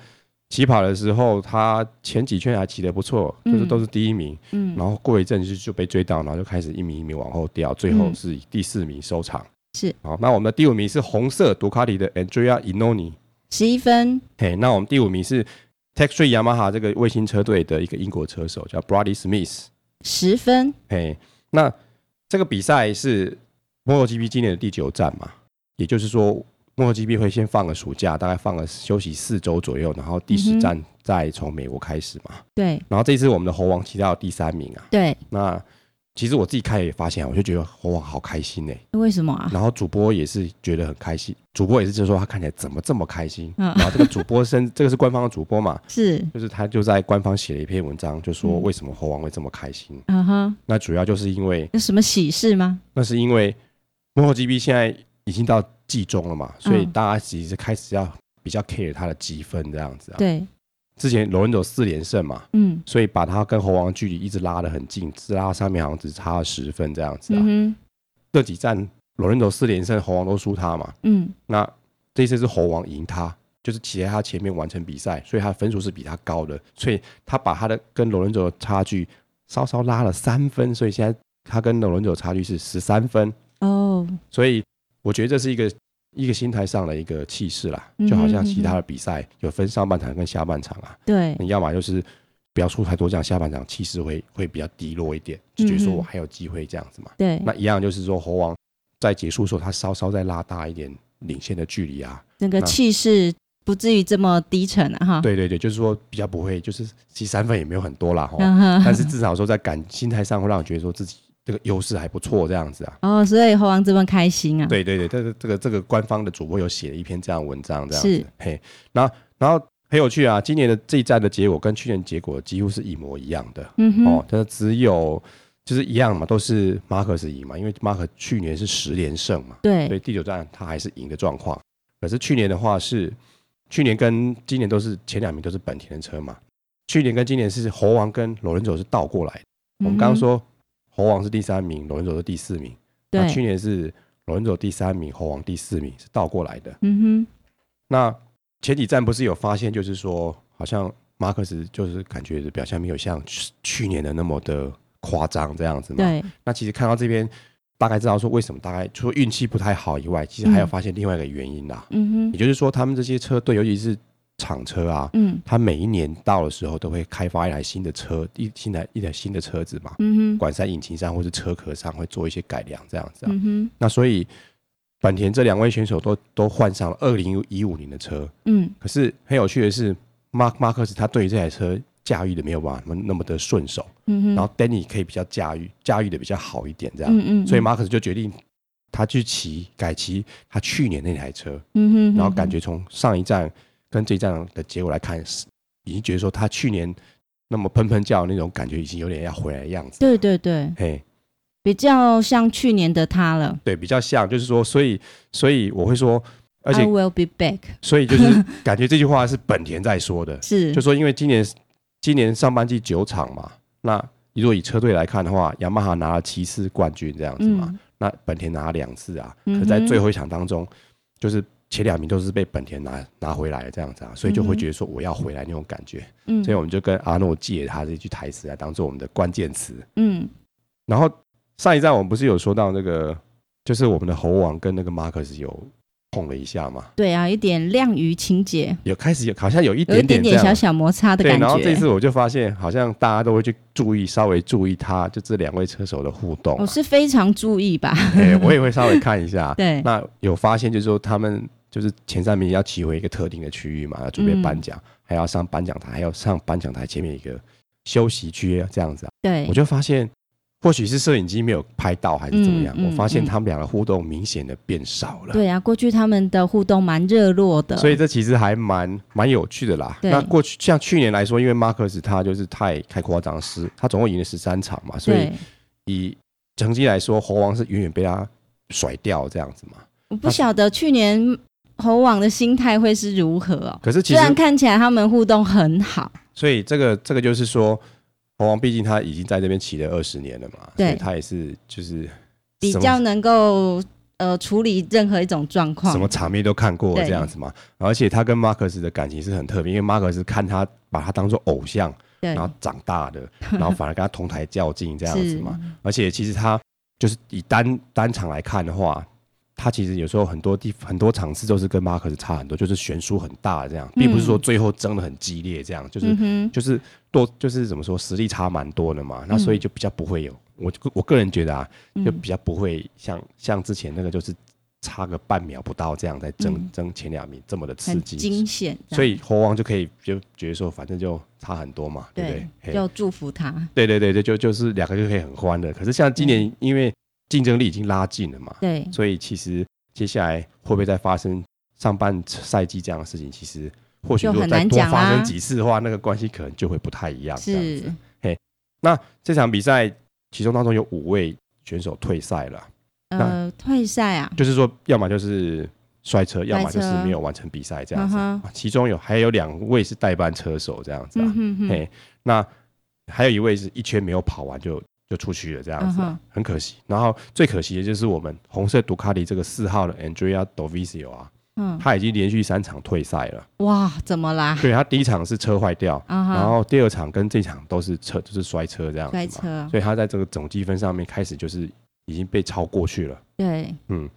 Speaker 1: 起跑的时候他前几圈还骑得不错，就是
Speaker 2: 嗯
Speaker 1: 都是第一名，
Speaker 2: 嗯，
Speaker 1: 然后过一阵就就被追到，然后就开始一名一名往后掉，最后是以第四名收场。
Speaker 2: 嗯是
Speaker 1: 好，那我们的第五名是红色杜卡迪的 Andrea Inoni，
Speaker 2: 十一分，
Speaker 1: 嘿，那我们第五名是 t e x t r e e Yamaha 这个卫星车队的一个英国车手叫 Brady Smith，
Speaker 2: 十分，
Speaker 1: 嘿，那这个比赛是 MotoGP 今年的第九站嘛，也就是说 MotoGP 会先放个暑假，大概放个休息四周左右，然后第
Speaker 2: 嗯
Speaker 1: 十
Speaker 2: 哼
Speaker 1: 站再从美国开始嘛。
Speaker 2: 对
Speaker 1: 然后这次我们的猴王骑到第三名啊，
Speaker 2: 对，
Speaker 1: 那其实我自己看也发现，啊我就觉得哇，好开心呢、
Speaker 2: 为什么啊？
Speaker 1: 然后主播也是觉得很开心，主播也是就说他看起来怎么这么开心。啊
Speaker 2: 嗯
Speaker 1: 然后这个主播身，这个是官方的主播嘛，
Speaker 2: 是，
Speaker 1: 就是他就在官方写了一篇文章，就说
Speaker 2: 嗯
Speaker 1: 为什么猴王会这么开心。
Speaker 2: 嗯哼，
Speaker 1: 那主要就是因为，
Speaker 2: 有什么喜事吗？
Speaker 1: 那是因为 MotoGP 现在已经到季中了嘛，所以
Speaker 2: 嗯
Speaker 1: 大家其实开始要比较 care 他的积分这样子啊。，
Speaker 2: 对，
Speaker 1: 之前罗恩走四连胜嘛，
Speaker 2: 嗯，
Speaker 1: 所以把他跟猴王的距离一直拉得很近，只拉上面好像只差了十分这样子啊。
Speaker 2: 嗯哼，
Speaker 1: 这几站罗伦佐四连胜，猴王都输他嘛。
Speaker 2: 嗯，
Speaker 1: 那这一次是猴王赢他，就是骑在他前面完成比赛，所以他的分数是比他高的，所以他把他的跟罗伦佐的差距稍稍拉了三分，所以现在他跟罗伦佐的差距是十三分。
Speaker 2: 哦，
Speaker 1: 所以我觉得这是一个一个心态上的一个气势啦，
Speaker 2: 嗯哼嗯
Speaker 1: 就好像其他的比赛有分上半场跟下半场啊，
Speaker 2: 对，
Speaker 1: 你要么就是不要输太多这样，下半场气势会会比较低落一点，就觉
Speaker 2: 嗯
Speaker 1: 得说我还有机会这样子嘛。
Speaker 2: 对，
Speaker 1: 那一样就是说，猴王在结束的时候，他稍稍再拉大一点领先的距离啊。
Speaker 2: 整个
Speaker 1: 那
Speaker 2: 气势不至于这么低沉啊，哈。
Speaker 1: 对对对，就是说比较不会，就是其实三分也没有很多啦哈，
Speaker 2: 嗯哼，
Speaker 1: 哦但是至少说在感心态上会让你觉得说自己这个优势还不错这样子啊。
Speaker 2: 哦，所以猴王这么开心啊，，
Speaker 1: 对对对，这个这个这个官方的主播有写了一篇这样的文章，这样
Speaker 2: 是
Speaker 1: 子，嘿，然后然后很有趣啊，今年的这一站的结果跟去年结果几乎是一模一样的，
Speaker 2: 嗯哼，
Speaker 1: 哦，但是只有就是一样嘛，都是马克斯赢嘛，因为马克去年是十连胜嘛，所
Speaker 2: 对，
Speaker 1: 以第九站他还是赢的状况。可是去年的话是，去年跟今年都是前两名都是本田的车嘛，去年跟今年是猴王跟罗伦佐是倒过来的。我们刚刚
Speaker 2: 嗯哼，
Speaker 1: 说猴王是第三名，罗伦佐是第四名，那去
Speaker 2: 对，
Speaker 1: 年是罗伦佐第三名，猴王第四名是倒过来的。
Speaker 2: 嗯
Speaker 1: 那前几站不是有发现，就是说好像马克思就是感觉表现没有像去去年的那么的夸张这样子
Speaker 2: 哼，
Speaker 1: 嘛。
Speaker 2: 对，
Speaker 1: 那其实看到这边大概知道说为什么，大概除了运气不太好以外，其实还有
Speaker 2: 嗯
Speaker 1: 发现另外一个原因啦，
Speaker 2: 嗯
Speaker 1: 也就是说他们这些车队，尤其是厂车啊，
Speaker 2: 嗯
Speaker 1: 它每一年到的时候都会开发一台新的车，一新的一台新的车子嘛，
Speaker 2: 嗯哼，
Speaker 1: 管在引擎上或是车壳上会做一些改良，这样子、啊。
Speaker 2: 嗯哼，
Speaker 1: 那所以本田这两位选手都都换上了二零一五年的车，
Speaker 2: 嗯
Speaker 1: 可是很有趣的是，Mark Marcus 他对于这台车驾驭的没有办法那么那么的顺手，
Speaker 2: 嗯哼，
Speaker 1: 然后 Danny 可以比较驾驭驾驭的比较好一点，这样。
Speaker 2: 嗯嗯，
Speaker 1: 所以 Marcus 就决定他去骑改骑他去年那台车，
Speaker 2: 嗯哼，
Speaker 1: 然后感觉从上一站跟这一站的结果来看，是已经觉得说他去年那么喷喷叫的那种感觉已经有点要回来的样子。
Speaker 2: 对对对，
Speaker 1: 嘿，
Speaker 2: 比较像去年的他了。
Speaker 1: 对，比较像，就是说，所以，所以我会说，而
Speaker 2: I
Speaker 1: 且，
Speaker 2: will be back，
Speaker 1: 所以就是感觉这句话是本田在说的，
Speaker 2: 是
Speaker 1: 就说因为今年今年上半季九场嘛，那如果以车队来看的话，雅马哈拿了七次冠军这样子嘛，
Speaker 2: 嗯
Speaker 1: 那本田拿了两次啊，
Speaker 2: 嗯
Speaker 1: 可
Speaker 2: 哼
Speaker 1: 在最后一场当中，就是前两名都是被本田拿拿回来的这样子啊，所以就会觉得说我要回来那种感觉，
Speaker 2: 嗯
Speaker 1: 所以我们就跟阿诺借他这句台词来啊当做我们的关键词。
Speaker 2: 嗯
Speaker 1: 然后上一站我们不是有说到那个，就是我们的猴王跟那个马克思有碰了一下嘛，
Speaker 2: 对啊，一点亮于情节，
Speaker 1: 有开始有好像有一
Speaker 2: 有一
Speaker 1: 点
Speaker 2: 点
Speaker 1: 这
Speaker 2: 点
Speaker 1: 样
Speaker 2: 小小摩擦的
Speaker 1: 对，
Speaker 2: 感
Speaker 1: 然后这
Speaker 2: 觉。
Speaker 1: 次我就发现，好像大家都会去注意，稍微注意他就这两位车手的互动、
Speaker 2: 我
Speaker 1: 啊。
Speaker 2: 哦是非常注 意吧，。
Speaker 1: 对，我也会稍微看一下
Speaker 2: 对，
Speaker 1: 那有发现就是说，他们就是前三名要骑回一个特定的区域嘛，要准备颁奖，
Speaker 2: 嗯
Speaker 1: 还要上颁奖台，还要上颁奖台前面一个休息区这样子啊。
Speaker 2: 对
Speaker 1: 我，就发现，或许是摄影机没有拍到，还是怎么样，
Speaker 2: 嗯嗯
Speaker 1: 我发现
Speaker 2: 嗯
Speaker 1: 他们俩的互动明显的变少了。
Speaker 2: 对啊，过去他们的互动蛮热络的，
Speaker 1: 所以这其实还蛮蛮有趣的啦。
Speaker 2: 对
Speaker 1: 那过去像去年来说，因为马克思他就是太太夸张失，他总共赢了十三场嘛，所以
Speaker 2: 对，
Speaker 1: 以成绩来说，猴王是远远被他甩掉这样子嘛。
Speaker 2: 我不晓得去年猴王的心态会是如何哦。
Speaker 1: 可是其
Speaker 2: 虽
Speaker 1: 实，
Speaker 2: 然看起来他们互动很好，
Speaker 1: 所以这个这个就是说，猴王毕竟他已经在这边骑了二十年了嘛，
Speaker 2: 对
Speaker 1: 所以他也是就是
Speaker 2: 比
Speaker 1: 什么
Speaker 2: 较能够呃处理任何一种状况。
Speaker 1: 什么场面都看过
Speaker 2: 对
Speaker 1: 这样子嘛。而且他跟马克思的感情是很特别，因为马克思看他把他当做偶像，
Speaker 2: 对
Speaker 1: 然后长大 的，然后反而跟他同台较劲这样子嘛。而且其实他就是以单单场来看的话，他其实有时候很多地很多场次都是跟马克斯差很多，就是悬殊很大这样，并不是说最后争的很激烈这样，就是、
Speaker 2: 嗯哼，
Speaker 1: 就是多就是怎么说实力差蛮多的嘛，那所
Speaker 2: 嗯
Speaker 1: 以就比较不会有、我我个人觉得啊，就比较不会像、像之前那个就是差个半秒不到这样在争、
Speaker 2: 嗯
Speaker 1: 争前两名这么的刺
Speaker 2: 很
Speaker 1: 激，
Speaker 2: 惊险，
Speaker 1: 所以猴王就可以就觉得说反正就差很多嘛，对不对？嘿
Speaker 2: 就祝福他。
Speaker 1: 对对对对，就就是两个就可以很欢乐。可是像今
Speaker 2: 嗯
Speaker 1: 年，因为竞争力已经拉近了嘛，
Speaker 2: 对，
Speaker 1: 所以其实接下来会不会再发生上半赛季这样的事情？其实或许
Speaker 2: 就
Speaker 1: 如果
Speaker 2: 很
Speaker 1: 再
Speaker 2: 难
Speaker 1: 多
Speaker 2: 讲啊
Speaker 1: 发生
Speaker 2: 啦
Speaker 1: 几次的话，那个关系可能就会不太一样。这样
Speaker 2: 是
Speaker 1: 子。那这场比赛其中当中有五位选手退赛了，
Speaker 2: 呃退赛啊，
Speaker 1: 就是说要么就是摔车，要么
Speaker 2: 摔车
Speaker 1: 就是没有完成比赛这样子。啊
Speaker 2: 嗯
Speaker 1: 其中有还有两位是代班车手这样子啊。
Speaker 2: 嗯哼哼，
Speaker 1: 嘿，那还有一位是一圈没有跑完就就出去了，这样子啊、
Speaker 2: 嗯哼
Speaker 1: 很可惜。然后最可惜的就是我们红色杜卡迪这个四号的 Andrea Dovizio 啊，
Speaker 2: 嗯，
Speaker 1: 他已经连续三场退赛了。
Speaker 2: 哇，怎么啦？
Speaker 1: 对他第一场是车坏掉，
Speaker 2: 啊
Speaker 1: 然
Speaker 2: 哈，
Speaker 1: 后第二场跟这场都是车就是摔车这样子嘛
Speaker 2: 摔，车，
Speaker 1: 所以他在这个总积分上面开始就是已经被超过去了。
Speaker 2: 对，
Speaker 1: 嗯，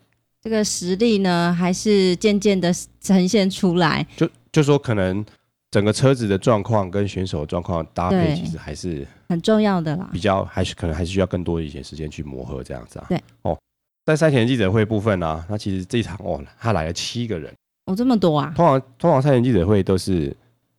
Speaker 2: 这个实力呢，还是渐渐的呈现出来。
Speaker 1: 就就说可能整个车子的状况跟选手的状况搭配，
Speaker 2: 对
Speaker 1: 其实还是
Speaker 2: 很重要的啦
Speaker 1: 比。较还是可能还是需要更多的一些时间去磨合这样子啊。
Speaker 2: 对，
Speaker 1: 哦，在赛前记者会部分呢、啊，那其实这一场哦，他来了七个人，
Speaker 2: 哦，这么多啊？
Speaker 1: 通常通常赛前记者会都是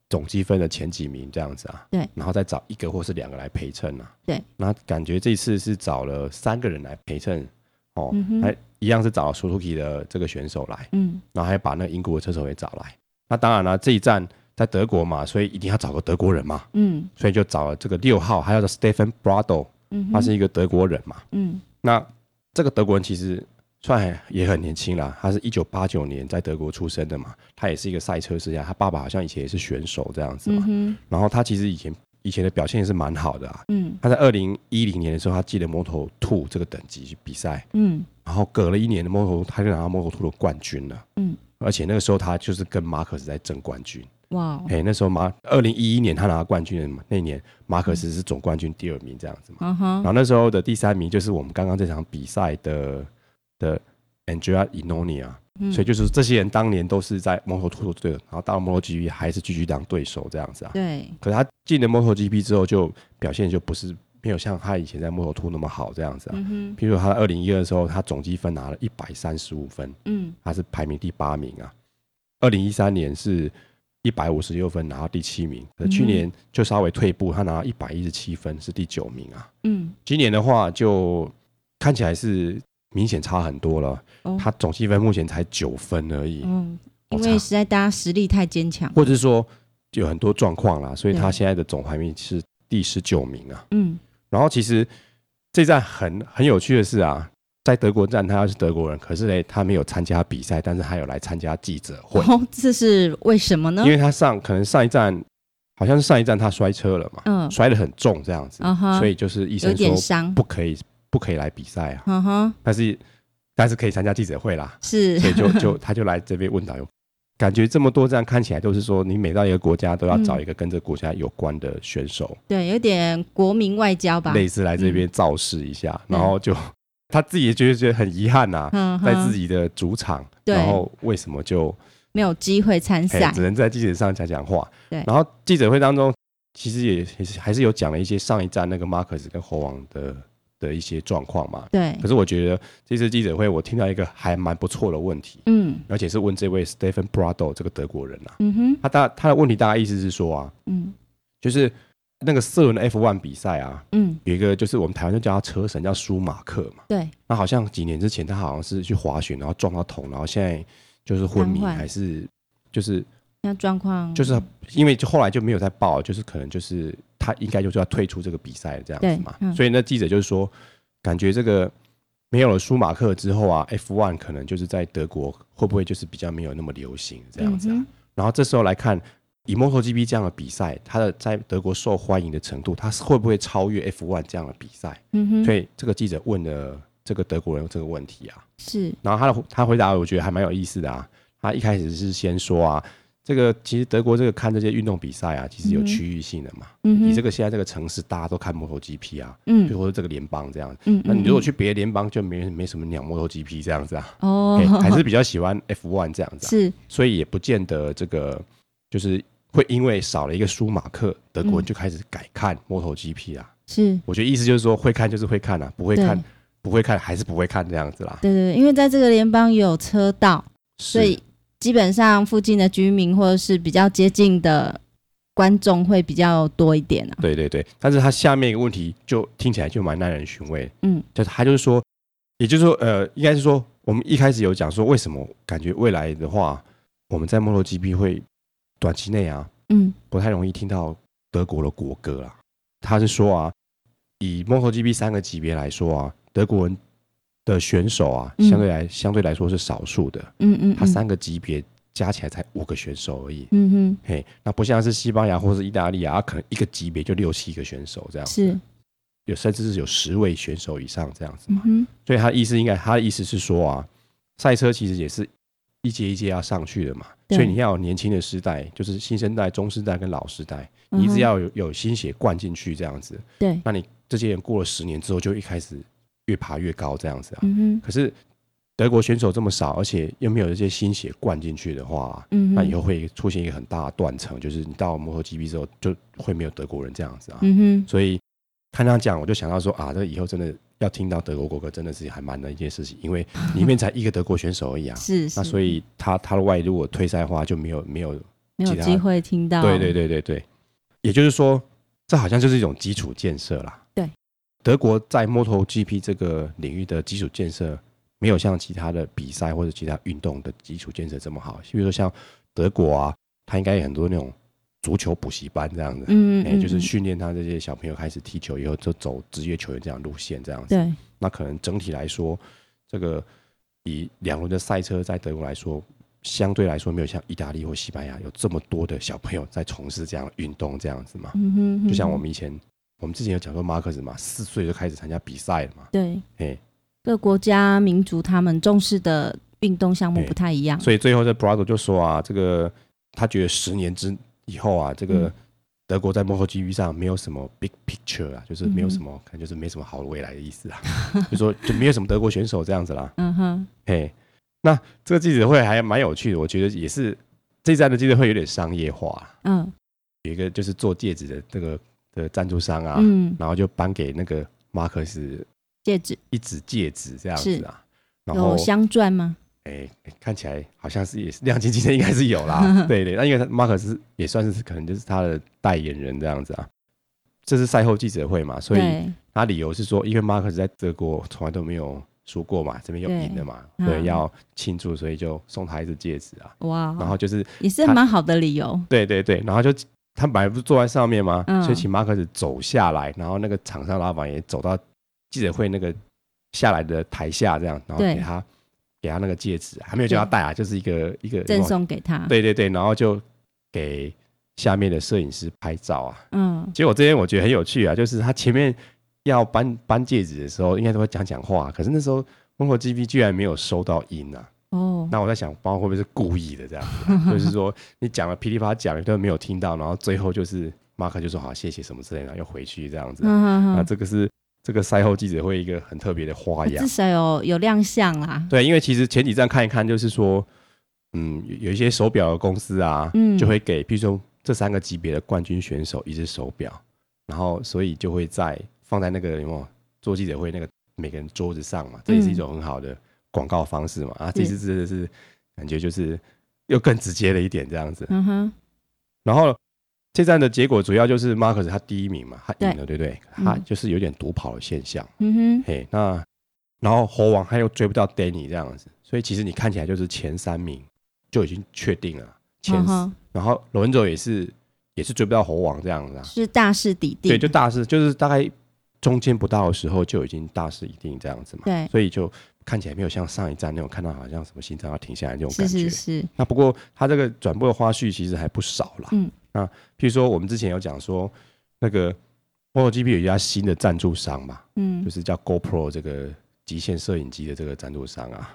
Speaker 1: 总积分的前几名这样子啊。
Speaker 2: 对，
Speaker 1: 然后再找一个或是两个来陪衬啊。
Speaker 2: 对，
Speaker 1: 那感觉这次是找了三个人来陪衬哦，
Speaker 2: 嗯哼
Speaker 1: 还一样是找 Suzuki 的这个选手来，
Speaker 2: 嗯，
Speaker 1: 然后还把那个英国的车手也找来。那当然了、啊这一站在德国嘛，所以一定要找个德国人嘛，
Speaker 2: 嗯
Speaker 1: 所以就找了这个六号，还有 Stephen Brado，
Speaker 2: 嗯哼，
Speaker 1: 他是一个德国人嘛。
Speaker 2: 嗯
Speaker 1: 那这个德国人其实算也很年轻啦，他是一九八九年在德国出生的嘛，他也是一个赛车世家，他爸爸好像以前也是选手这样子
Speaker 2: 嗯
Speaker 1: 嘛，
Speaker 2: 哼
Speaker 1: 然后他其实以前以前的表现也是蛮好的啊。
Speaker 2: 嗯
Speaker 1: 他在二零一零年的时候，他进了 Moto Two 这个等级去比赛，
Speaker 2: 嗯
Speaker 1: 然后隔了一年的 Moto，他就拿到 Moto Two 的冠军了。
Speaker 2: 嗯，
Speaker 1: 而且那个时候他就是跟马可斯在争冠军。
Speaker 2: 哇哦，
Speaker 1: 哎、那时候马二零一一年他拿到冠军的嘛那年，马可斯是总冠军第二名这样子嘛。
Speaker 2: 嗯哼
Speaker 1: 然，后那时候的第三名就是我们刚刚这场比赛的的 Angela Inoni 啊，
Speaker 2: 嗯
Speaker 1: 所以就是这些人当年都是在摩托兔兔队，然后到了摩托 GP 还是继续当对手这样子啊。
Speaker 2: 对，
Speaker 1: 可是他进了摩托 GP 之后，就表现就不是没有像他以前在摩托兔那么好这样子啊。
Speaker 2: 嗯哼，
Speaker 1: 譬如他二零一二的时候，他总积分拿了一百三十五分，
Speaker 2: 嗯
Speaker 1: 他是排名第八名啊。二零一三年是一百五十六分拿到第七名，可是去
Speaker 2: 嗯
Speaker 1: 年就稍微退步，他拿一百一十七分是第九名啊。
Speaker 2: 嗯，
Speaker 1: 今年的话就看起来是明显差很多了，
Speaker 2: 哦
Speaker 1: 他总积分目前才九分而已，
Speaker 2: 嗯，
Speaker 1: 好
Speaker 2: 因
Speaker 1: 差
Speaker 2: 为实在大家实力太坚强，
Speaker 1: 或者是说有很多状况啦，所以
Speaker 2: 对
Speaker 1: 他现在的总排名是第十九名啊。
Speaker 2: 嗯
Speaker 1: 然后其实这站很很有趣的是啊，在德国站他是德国人，可是呢他没有参加比赛，但是他有来参加记者会，
Speaker 2: 哦， 这是为什么呢
Speaker 1: 因？为他上可能上一站好像是上一站他摔车了嘛，
Speaker 2: 嗯，
Speaker 1: 摔得很重这样子，
Speaker 2: 啊哈
Speaker 1: 所以就是医
Speaker 2: 有
Speaker 1: 生
Speaker 2: 点
Speaker 1: 说
Speaker 2: 伤，
Speaker 1: 不可以不可以来比赛啊，
Speaker 2: 嗯哼，
Speaker 1: 但是但是可以参加记者会 啦，
Speaker 2: 是
Speaker 1: 所以就就他就来这边问导游。感觉这么多站看起来都是说，你每到一个国家都要找一个跟这个国家有关的选手，
Speaker 2: 对，有点国民外交吧，
Speaker 1: 类似来这边造势一下，
Speaker 2: 嗯
Speaker 1: 然后就他自己也觉得觉得很遗憾呐、
Speaker 2: 嗯哼，
Speaker 1: 在自己的主场，
Speaker 2: 对
Speaker 1: 然后为什么就
Speaker 2: 没有机会参
Speaker 1: 嘿
Speaker 2: 赛
Speaker 1: 只，能在记者上讲讲话？
Speaker 2: 对
Speaker 1: 然后记者会当中，其实也也是还是有讲了一些上一站那个马克斯跟猴王的的一些状况嘛。
Speaker 2: 对
Speaker 1: 可，是我觉得这次记者会，我听到一个还蛮不错的问题，
Speaker 2: 嗯
Speaker 1: 而且是问这位 Stephen Prado 这个德国人啊，
Speaker 2: 嗯哼，
Speaker 1: 他大他的问题大概意思是说啊，
Speaker 2: 嗯
Speaker 1: 就是那个四轮 F1 比赛啊，
Speaker 2: 嗯，
Speaker 1: 有一个就是我们台湾就叫他车神叫舒马克嘛。
Speaker 2: 对，
Speaker 1: 那好像几年之前他好像是去滑雪，然后撞到头，然后现在就是昏迷，
Speaker 2: 瘫痪
Speaker 1: 还是就是
Speaker 2: 那状况
Speaker 1: 就是因为就后来就没有再报，就是可能就是他应该就是要退出这个比赛这样子嘛。
Speaker 2: 对嗯
Speaker 1: 所以那记者就是说，感觉这个没有了舒马克之后啊，F1 可能就是在德国会不会就是比较没有那么流行这样子啊？
Speaker 2: 嗯哼
Speaker 1: 然后这时候来看。以 MotoGP 这样的比赛，它的在德国受欢迎的程度，它是会不会超越 F1 这样的比赛？
Speaker 2: 嗯哼，
Speaker 1: 所以这个记者问了这个德国人这个问题啊，
Speaker 2: 是
Speaker 1: 然后他的他回答我觉得还蛮有意思的啊。他一开始是先说啊，这个其实德国这个看这些运动比赛啊，其实有
Speaker 2: 嗯哼
Speaker 1: 区域性的嘛。
Speaker 2: 嗯
Speaker 1: 你
Speaker 2: 哼，
Speaker 1: 这个现在这个城市大家都看 MotoGP 啊，
Speaker 2: 嗯
Speaker 1: 比如说这个联邦这样。
Speaker 2: 嗯，
Speaker 1: 那你如果
Speaker 2: 嗯
Speaker 1: 去别的联邦就没没什么鸟 MotoGP 这样子啊，
Speaker 2: 哦
Speaker 1: 嘿，还是比较喜欢 F1 这样子、啊，
Speaker 2: 是
Speaker 1: 所以也不见得这个就是会因为少了一个舒马克，德国人
Speaker 2: 嗯
Speaker 1: 就开始改看 MotoGP 啊。
Speaker 2: 是，
Speaker 1: 我觉得意思就是说，会看就是会看啊，不会
Speaker 2: 对
Speaker 1: 看不会看还是不会看这样子啦。
Speaker 2: 对对，对因为在这个联邦有车道，所
Speaker 1: 是
Speaker 2: 以基本上附近的居民或者是比较接近的观众会比较多一点啊。
Speaker 1: 对对对，但是他下面一个问题就听起来就蛮耐人寻味，
Speaker 2: 嗯，
Speaker 1: 就是他就是说，也就是说，呃，应该是说我们一开始有讲说，为什么感觉未来的话，我们在 MotoGP 会短期内啊
Speaker 2: 嗯
Speaker 1: 不太容易听到德国的国歌啦。他是说啊，以 MotoGP 三个级别来说啊，德国人的选手啊，
Speaker 2: 嗯
Speaker 1: 相对来、相对来说是少数的，
Speaker 2: 嗯嗯，
Speaker 1: 他
Speaker 2: 嗯
Speaker 1: 三个级别加起来才五个选手而已。
Speaker 2: 嗯哼
Speaker 1: 嘿，那不像是西班牙或是意大利啊，可能一个级别就六七个选手这样，
Speaker 2: 是
Speaker 1: 有甚至是有十位选手以上这样子
Speaker 2: 嗯
Speaker 1: 嘛。
Speaker 2: 哼
Speaker 1: 所以他的意思应该，他的意思是说啊，赛车其实也是一阶一阶要上去的嘛，
Speaker 2: 对
Speaker 1: 所以你要有年轻的时代，就是新生代、中生代跟老时代，
Speaker 2: 嗯哼
Speaker 1: 你一直要有有新血灌进去这样子。
Speaker 2: 对，
Speaker 1: 那你这些人过了十年之后，就一开始越爬越高这样子啊。
Speaker 2: 嗯哼
Speaker 1: 可是德国选手这么少，而且又没有这些新血灌进去的话啊、
Speaker 2: 嗯哼，
Speaker 1: 那以后会出现一个很大的断层，就是你到摩托 GP 之后就会没有德国人这样子啊。
Speaker 2: 嗯哼。
Speaker 1: 所以看他讲，我就想到说啊，这以后真的要听到德国国歌，真的是还蛮难的一件事情，因为里面才一个德国选手而已啊
Speaker 2: 是是，
Speaker 1: 那所以他他的外如果退赛的话，就没有没有，
Speaker 2: 没有
Speaker 1: 其他
Speaker 2: 机会听到，
Speaker 1: 对对对对对，也就是说，这好像就是一种基础建设啦。
Speaker 2: 对，
Speaker 1: 德国在摩托 GP 这个领域的基础建设，没有像其他的比赛或者其他运动的基础建设这么好。比如说像德国啊，它应该有很多那种足球补习班这样子，
Speaker 2: 嗯，嗯
Speaker 1: 哎、
Speaker 2: 嗯
Speaker 1: 就是
Speaker 2: 嗯
Speaker 1: 训练他这些小朋友开始踢球以后，就走职业球员这样的路线这样子。
Speaker 2: 对
Speaker 1: 那可能整体来说，这个以两轮的赛车在德国来说，相对来说没有像意大利或西班牙有这么多的小朋友在从事这样的运动这样子嘛。
Speaker 2: 嗯哼，嗯哼
Speaker 1: 就像我们以前，我们之前有讲说马克思嘛，四岁就开始参加比赛了嘛，
Speaker 2: 对
Speaker 1: 哎
Speaker 2: 各国家民族他们重视的运动项目
Speaker 1: 哎
Speaker 2: 不太一样，
Speaker 1: 所以最后这 Brado 就说啊，这个他觉得十年之以后啊，这个
Speaker 2: 嗯
Speaker 1: 德国在 MotoGP 上没有什么 big picture 啊，就是没有
Speaker 2: 嗯哼
Speaker 1: 什么，可能 就是没什么好的未来的意思啊，就说就没有什么德国选手这样子啦。
Speaker 2: 嗯哼
Speaker 1: 嘿，那这个记者会还蛮有趣的，我觉得也是这一站的记者会有点商业化，
Speaker 2: 嗯
Speaker 1: 有一个就是做戒指的这个的赞助商啊，
Speaker 2: 嗯，
Speaker 1: 然后就颁给那个马克思
Speaker 2: 戒指
Speaker 1: 一指戒指这样子啊，然后
Speaker 2: 有镶钻吗？
Speaker 1: 哎、哎看起来好像是也是亮晶晶的，应该是有 啦。对对，那因为他马可斯也算是可能就是他的代言人这样子啊。这是赛后记者会嘛，所以
Speaker 2: 对，
Speaker 1: 他理由是说，因为马克斯在德国从来都没有输过嘛，这边又
Speaker 2: 对
Speaker 1: 赢了嘛，
Speaker 2: 嗯
Speaker 1: 对，要庆祝，所以就送他一只戒指啊。
Speaker 2: 哇，
Speaker 1: 然后就是
Speaker 2: 也是蛮好的理由，
Speaker 1: 对对对，然后就他本来不是坐在上面吗？
Speaker 2: 嗯
Speaker 1: 所以请马克斯走下来，然后那个厂商老板也走到记者会那个下来的台下这样，然后
Speaker 2: 对
Speaker 1: 给他给他那个戒指，还没有叫他戴啊，就是一个一个
Speaker 2: 赠送给啊他。，
Speaker 1: 对对对，然后就给下面的摄影师拍照啊。
Speaker 2: 嗯，
Speaker 1: 结果这边我觉得很有趣啊，就是他前面要颁颁戒指的时候，应该都会讲讲话，可是那时候 MotoGP 居然没有收到音啊。
Speaker 2: 哦，
Speaker 1: 那我在想，包括会不会是故意的这样子啊、就是说你讲了噼里啪啦讲，都没有听到，然后最后就是马克就说好谢谢什么之类的，然后又回去这样子啊、
Speaker 2: 嗯
Speaker 1: 那
Speaker 2: 哼
Speaker 1: 这个是这个赛后记者会一个很特别的花
Speaker 2: 哼，
Speaker 1: 样啊
Speaker 2: 至。少有有亮相啦。
Speaker 1: 对，因为其实前几站看一看，就是说，嗯，有有一些手表的公司啊，
Speaker 2: 嗯
Speaker 1: 就会给，譬如说这三个级别的冠军选手一只手表，然后所以就会在放在那个有没有做记者会那个每个人桌子上嘛，这也是
Speaker 2: 嗯
Speaker 1: 一种很好的广告方式嘛。啊，这次真的是感觉就是又更直接了一点这样子。
Speaker 2: 嗯哼，
Speaker 1: 然后这站的结果主要就是 Marcus 他第一名嘛，他赢了，对不对？
Speaker 2: 嗯
Speaker 1: 他就是有点独跑的现象。
Speaker 2: 嗯哼，
Speaker 1: 嘿，那然后猴王他又追不到 Danny 这样子，所以其实你看起来就是前三名就已经确定了，前、
Speaker 2: 嗯哼，
Speaker 1: 然后罗文走也是也是追不到猴王这样子啊，
Speaker 2: 是大势底定。
Speaker 1: 对，就大势就是大概中间不到的时候就已经大势已定这样子嘛，
Speaker 2: 对
Speaker 1: 所以就看起来没有像上一站那种看到好像什么心脏要停下来这种感
Speaker 2: 是
Speaker 1: 觉。
Speaker 2: 是是，
Speaker 1: 那不过他这个转播的花絮其实还不少啦，
Speaker 2: 嗯，
Speaker 1: 那譬如说我们之前有讲说那个 MotoGP 有一家新的赞助商嘛，
Speaker 2: 嗯
Speaker 1: 就，是叫 GoPro 这个极限摄影机的这个赞助商啊，